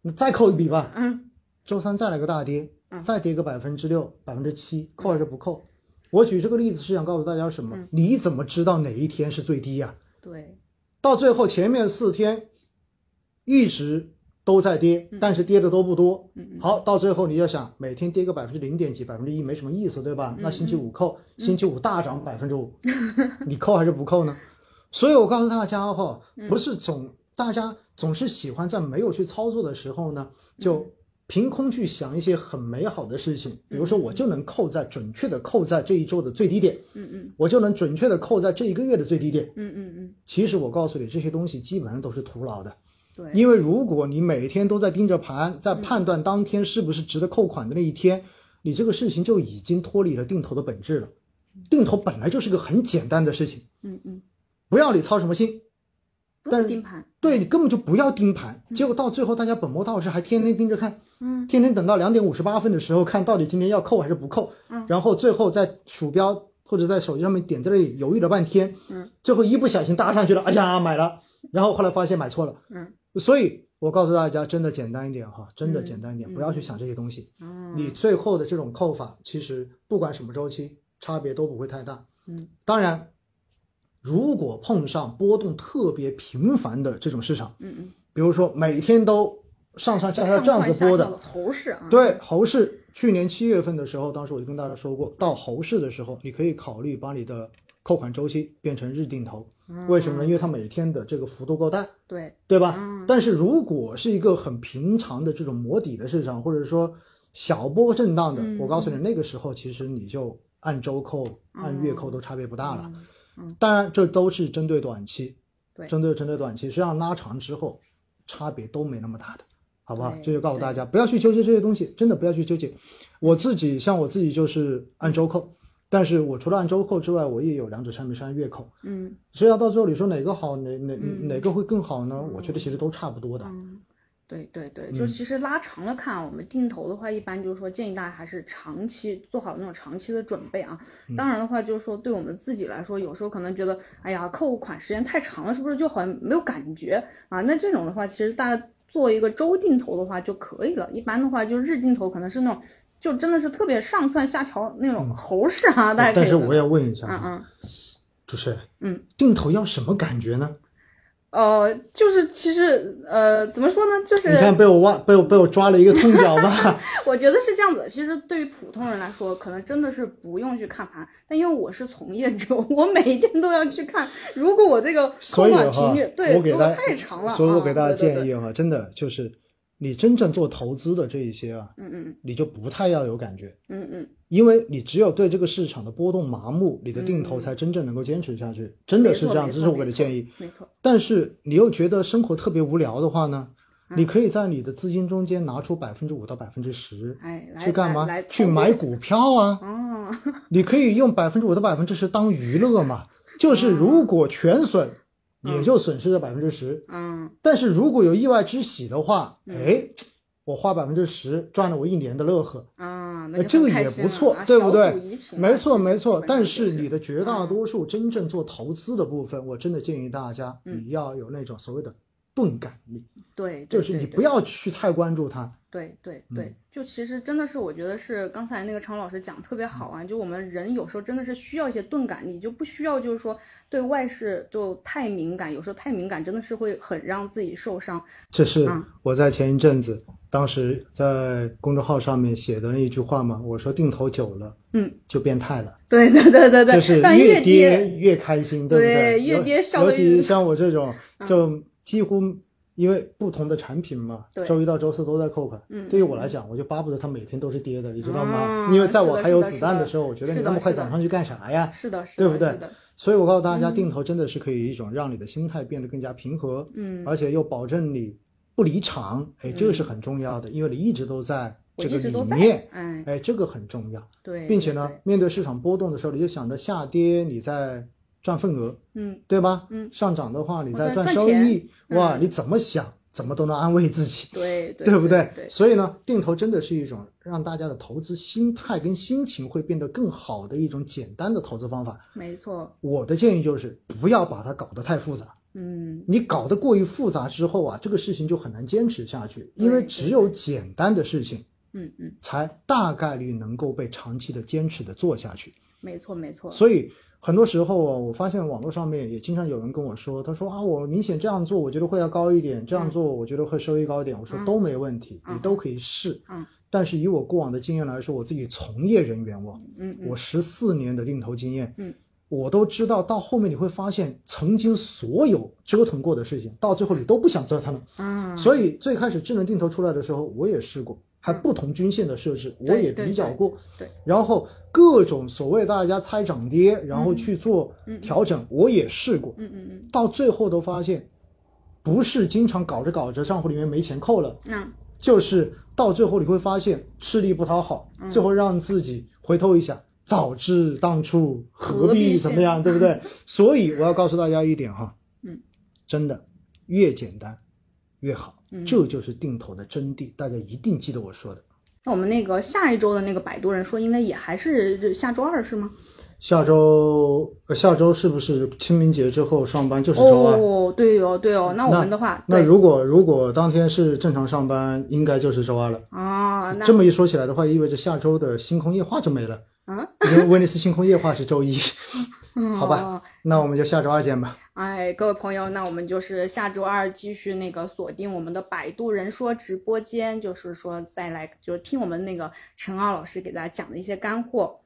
Speaker 1: 那再扣一笔吧。
Speaker 2: 嗯
Speaker 1: 周三再来个大跌，
Speaker 2: 嗯
Speaker 1: 再跌个百分之六、百分之七，扣还是不扣？我举这个例子是想告诉大家什么？你怎么知道哪一天是最低呀、
Speaker 2: 对
Speaker 1: 到最后前面四天一直都在跌，但是跌的都不多。
Speaker 2: 嗯嗯，
Speaker 1: 好，到最后你就想每天跌个百分之零点几、百分之一没什么意思，对吧？
Speaker 2: 嗯
Speaker 1: 那星期五扣，星期五大涨百分之 五，你扣还是不扣呢？所以我告诉大家哈，
Speaker 2: 嗯
Speaker 1: 不是总大家总是喜欢在没有去操作的时候呢，
Speaker 2: 嗯
Speaker 1: 就凭空去想一些很美好的事情，比如说我就能扣在准确的扣在这一周的最低点，
Speaker 2: 嗯嗯
Speaker 1: 我就能准确的扣在这一个月的最低点。
Speaker 2: 嗯嗯嗯，
Speaker 1: 其实我告诉你，这些东西基本上都是徒劳的。
Speaker 2: 对，
Speaker 1: 因为如果你每天都在盯着盘，在
Speaker 2: 嗯
Speaker 1: 判断当天是不是值得扣款的那一天，你这个事情就已经脱离了定投的本质了。定投本来就是个很简单的事情，
Speaker 2: 嗯嗯，
Speaker 1: 不要你操什么心，
Speaker 2: 不
Speaker 1: 但
Speaker 2: 是
Speaker 1: 是
Speaker 2: 盯盘，
Speaker 1: 对你根本就不要盯盘。结果到最后，大家本末倒置，还天天盯着看，
Speaker 2: 嗯，
Speaker 1: 天天等到两点五十八分的时候，看到底今天要扣还是不扣，
Speaker 2: 嗯，
Speaker 1: 然后最后在鼠标或者在手机上面点在那里犹豫了半天，
Speaker 2: 嗯，
Speaker 1: 最后一不小心搭上去了，哎呀买了，然后后来发现买错了，
Speaker 2: 嗯，
Speaker 1: 所以我告诉大家，真的简单一点哈，真的
Speaker 2: 嗯
Speaker 1: 简单一点，
Speaker 2: 嗯
Speaker 1: 不要去想这些东西，
Speaker 2: 嗯
Speaker 1: 你最后的这种扣法，其实不管什么周期，差别都不会太大，
Speaker 2: 嗯，
Speaker 1: 当然。如果碰上波动特别频繁的这种市场，
Speaker 2: 嗯嗯，
Speaker 1: 比如说每天都上上下下这样子
Speaker 2: 播
Speaker 1: 波的，
Speaker 2: 头是啊，，
Speaker 1: 对，猴市去年七月份的时候，当时我就跟大家说过，到猴市的时候，你可以考虑把你的扣款周期变成日定投。为什么呢？因为它每天的这个幅度够大，
Speaker 2: 嗯对，嗯
Speaker 1: 对吧？但是如果是一个很平常的这种磨底的市场，或者说小波震荡的，
Speaker 2: 嗯
Speaker 1: 我告诉你，那个时候其实你就按周扣、
Speaker 2: 嗯
Speaker 1: 按月扣都差别不大了。当然，这都是针对短期，
Speaker 2: 对
Speaker 1: 针对针对短期，实际上拉长之后差别都没那么大的，好不好？
Speaker 2: 对
Speaker 1: 这就告诉大家，不要去纠结这些东西，真的不要去纠结。我自己像我自己就是按周扣，但是我除了按周扣之外，我也有两者产品是按月扣。
Speaker 2: 嗯
Speaker 1: 实际上到最后你说哪个好，哪哪
Speaker 2: 嗯
Speaker 1: 哪个会更好呢？我觉得其实都差不多的。嗯
Speaker 2: 嗯。对对对，就其实拉长了看，啊我们定投的话，一般就是说建议大家还是长期做好那种长期的准备啊。
Speaker 1: 嗯
Speaker 2: 当然的话，就是说对我们自己来说，有时候可能觉得，哎呀，扣款时间太长了，是不是就好像没有感觉啊？那这种的话，其实大家做一个周定投的话就可以了。一般的话，就日定投可能是那种，就真的是特别上蹿下调那种猴式啊，大家可
Speaker 1: 嗯但
Speaker 2: 以。
Speaker 1: 是我要问一下，
Speaker 2: 嗯嗯。
Speaker 1: 主持人，
Speaker 2: 嗯，
Speaker 1: 定投要什么感觉呢？
Speaker 2: 呃，就是其实呃，怎么说呢？就
Speaker 1: 你
Speaker 2: 是
Speaker 1: 看被我挖，被我被我抓了一个痛脚 吧。
Speaker 2: 我觉得是这样子。其实对于普通人来说，可能真的是不用去看盘，但因为我是从业者，我每天都要去看。如果我这个
Speaker 1: 所
Speaker 2: 空
Speaker 1: 以
Speaker 2: 管
Speaker 1: 哈
Speaker 2: 频率，对，
Speaker 1: 我给
Speaker 2: 如果
Speaker 1: 大
Speaker 2: 太长了，
Speaker 1: 所以我给大家
Speaker 2: 啊、对
Speaker 1: 建议，哈，真的就是你真正做投资的这一些啊，
Speaker 2: 对对嗯
Speaker 1: 你就不太要有感觉，
Speaker 2: 嗯嗯嗯，
Speaker 1: 因为你只有对这个市场的波动麻木，你的定投才真正能够坚持下去，真的是这样，
Speaker 2: 嗯没
Speaker 1: 这
Speaker 2: 错
Speaker 1: 是我给的
Speaker 2: 没错
Speaker 1: 建议。
Speaker 2: 没错，
Speaker 1: 但是你又觉得生活特别无聊的话呢，
Speaker 2: 嗯
Speaker 1: 你可以在你的资金中间拿出百分之五到百分之十。
Speaker 2: 哎，来
Speaker 1: 去干嘛
Speaker 2: 来来？
Speaker 1: 去
Speaker 2: 凑合
Speaker 1: 买股票啊！
Speaker 2: 哦，
Speaker 1: 你可以用百分之五到百分之十当娱乐嘛。就是如果全损，
Speaker 2: 嗯
Speaker 1: 也就损失了百分之十。
Speaker 2: 嗯
Speaker 1: 但是如果有意外之喜的话，
Speaker 2: 嗯
Speaker 1: 哎，我花百分之十赚了我一年的乐呵，
Speaker 2: 啊，那
Speaker 1: 呃
Speaker 2: 就
Speaker 1: 这个
Speaker 2: 很开
Speaker 1: 也
Speaker 2: 心
Speaker 1: 不
Speaker 2: 了
Speaker 1: 错
Speaker 2: 啊
Speaker 1: 对
Speaker 2: 小
Speaker 1: 不对
Speaker 2: 赌怡情啊
Speaker 1: 没错没
Speaker 2: 基
Speaker 1: 错。
Speaker 2: 本上
Speaker 1: 但
Speaker 2: 就是
Speaker 1: 你的绝大多数真正做投资的部分，我真的建议大家，
Speaker 2: 嗯
Speaker 1: 你要有那种所谓的钝感力，
Speaker 2: 对，对
Speaker 1: 就是
Speaker 2: 对
Speaker 1: 你
Speaker 2: 对
Speaker 1: 不要去太关注它。
Speaker 2: 对对
Speaker 1: 嗯
Speaker 2: 对，就其实真的是，我觉得是刚才那个常老师讲得特别好
Speaker 1: 嗯
Speaker 2: 啊，就我们人有时候真的是需要一些钝感力，就不需要就是说对外事就太敏感，有时候太敏感真的是会很让自己受伤。
Speaker 1: 这是
Speaker 2: 嗯
Speaker 1: 我在前一阵子，当时在公众号上面写的那一句话嘛，我说定投久了，
Speaker 2: 嗯，
Speaker 1: 就变态了，
Speaker 2: 对对对对对，
Speaker 1: 就是
Speaker 2: 但
Speaker 1: 越
Speaker 2: 跌，
Speaker 1: 越开心，对不
Speaker 2: 对
Speaker 1: 对？
Speaker 2: 越
Speaker 1: 尤
Speaker 2: 跌嗯笑
Speaker 1: 尤
Speaker 2: 得越
Speaker 1: 其像我这种，就几乎因为不同的产品嘛
Speaker 2: 对，
Speaker 1: 周一到周四都在扣款。
Speaker 2: 嗯
Speaker 1: 对于我来讲，我就巴不得它每天都是跌的，你知道吗？
Speaker 2: 嗯
Speaker 1: 因为在我
Speaker 2: 是的
Speaker 1: 还有
Speaker 2: 是的
Speaker 1: 子弹的时候，我
Speaker 2: 是
Speaker 1: 觉得
Speaker 2: 的
Speaker 1: 你
Speaker 2: 是
Speaker 1: 那么
Speaker 2: 的嗯
Speaker 1: 快
Speaker 2: 是的
Speaker 1: 涨上去干啥呀？
Speaker 2: 是的，是
Speaker 1: 对
Speaker 2: 的，
Speaker 1: 不对
Speaker 2: 是的，
Speaker 1: 所以我告诉大家，定投真的是可以一种让你的心态变得更加平和，
Speaker 2: 嗯，
Speaker 1: 而且又保证你不离场，哎，这个是很重要的，因为你一直都在
Speaker 2: 我
Speaker 1: 这
Speaker 2: 一
Speaker 1: 个
Speaker 2: 直
Speaker 1: 里
Speaker 2: 都在
Speaker 1: 面，，
Speaker 2: 哎，
Speaker 1: 哎，这个很重要，
Speaker 2: 对，
Speaker 1: 并且呢
Speaker 2: 对，，
Speaker 1: 面对市场波动的时候，你就想着下跌你在赚份额，
Speaker 2: 嗯，
Speaker 1: 对吧？
Speaker 2: 嗯，
Speaker 1: 上涨的话你在
Speaker 2: 在
Speaker 1: 赚
Speaker 2: 赚
Speaker 1: 收
Speaker 2: 钱
Speaker 1: 益，哇，
Speaker 2: 嗯
Speaker 1: 你怎么想怎么都能安慰自己，
Speaker 2: 对 对，
Speaker 1: 不
Speaker 2: 对？对
Speaker 1: 所以呢，定投真的是一种让大家的投资心态跟心情会变得更好的一种简单的投资方法。
Speaker 2: 没错，
Speaker 1: 我的建议就是不要把它搞得太复杂。
Speaker 2: 嗯，
Speaker 1: 你搞得过于复杂之后啊，这个事情就很难坚持下去，
Speaker 2: 对
Speaker 1: 因为只有简单的事情
Speaker 2: 嗯嗯，
Speaker 1: 才大概率能够被长期的坚持的做下去。
Speaker 2: 没错没错，
Speaker 1: 所以很多时候啊，我发现网络上面也经常有人跟我说，他说啊，我明显这样做，我觉得会要高一点，这样做我觉得会收益高一点。我说
Speaker 2: 嗯
Speaker 1: 都没问题，你都可以试。
Speaker 2: 嗯，
Speaker 1: 但是以我过往的经验来说，我自己从业人员我
Speaker 2: 嗯嗯
Speaker 1: 我十四年的定投经验，
Speaker 2: 嗯，
Speaker 1: 我都知道，到后面你会发现，曾经所有折腾过的事情，到最后你都不想折腾了。
Speaker 2: 嗯，
Speaker 1: 所以最开始智能定投出来的时候，我也试过，还不同均线的设置，我也比较过。
Speaker 2: 嗯对对对
Speaker 1: 然后各种所谓大家猜涨跌，然后去做调整，我也试过。
Speaker 2: 嗯嗯嗯，
Speaker 1: 到最后都发现，不是经常搞着搞着账户里面没钱扣了，
Speaker 2: 那
Speaker 1: 就是到最后你会发现吃力不讨好，
Speaker 2: 嗯
Speaker 1: 最后让自己回头一想，早知当初何
Speaker 2: 何必
Speaker 1: 必怎么样，对不对？ 所以我要告诉大家一点哈，
Speaker 2: 嗯，
Speaker 1: 真的越简单越好，
Speaker 2: 嗯
Speaker 1: 这就是定投的真谛，大家一定记得我说的。
Speaker 2: 那我们那个下一周的那个摆渡人说，应该也还是下周二是吗？
Speaker 1: 下周呃下周是不是清明节之后上班就是周二？
Speaker 2: 哦，对哦对哦，那我们的话，
Speaker 1: 那
Speaker 2: 对
Speaker 1: 如果如果当天是正常上班，应该就是周二了。
Speaker 2: 啊，那
Speaker 1: 这么一说起来的话，意味着下周的星空夜话就没了。
Speaker 2: 啊，
Speaker 1: 因为威尼斯星空夜话是周一，
Speaker 2: 嗯
Speaker 1: 好吧那我们就下周二见吧。
Speaker 2: 哎，各位朋友，那我们就是下周二继续那个锁定我们的摆渡人说直播间，就是说再来就是听我们那个陈奥老师给大家讲的一些干货。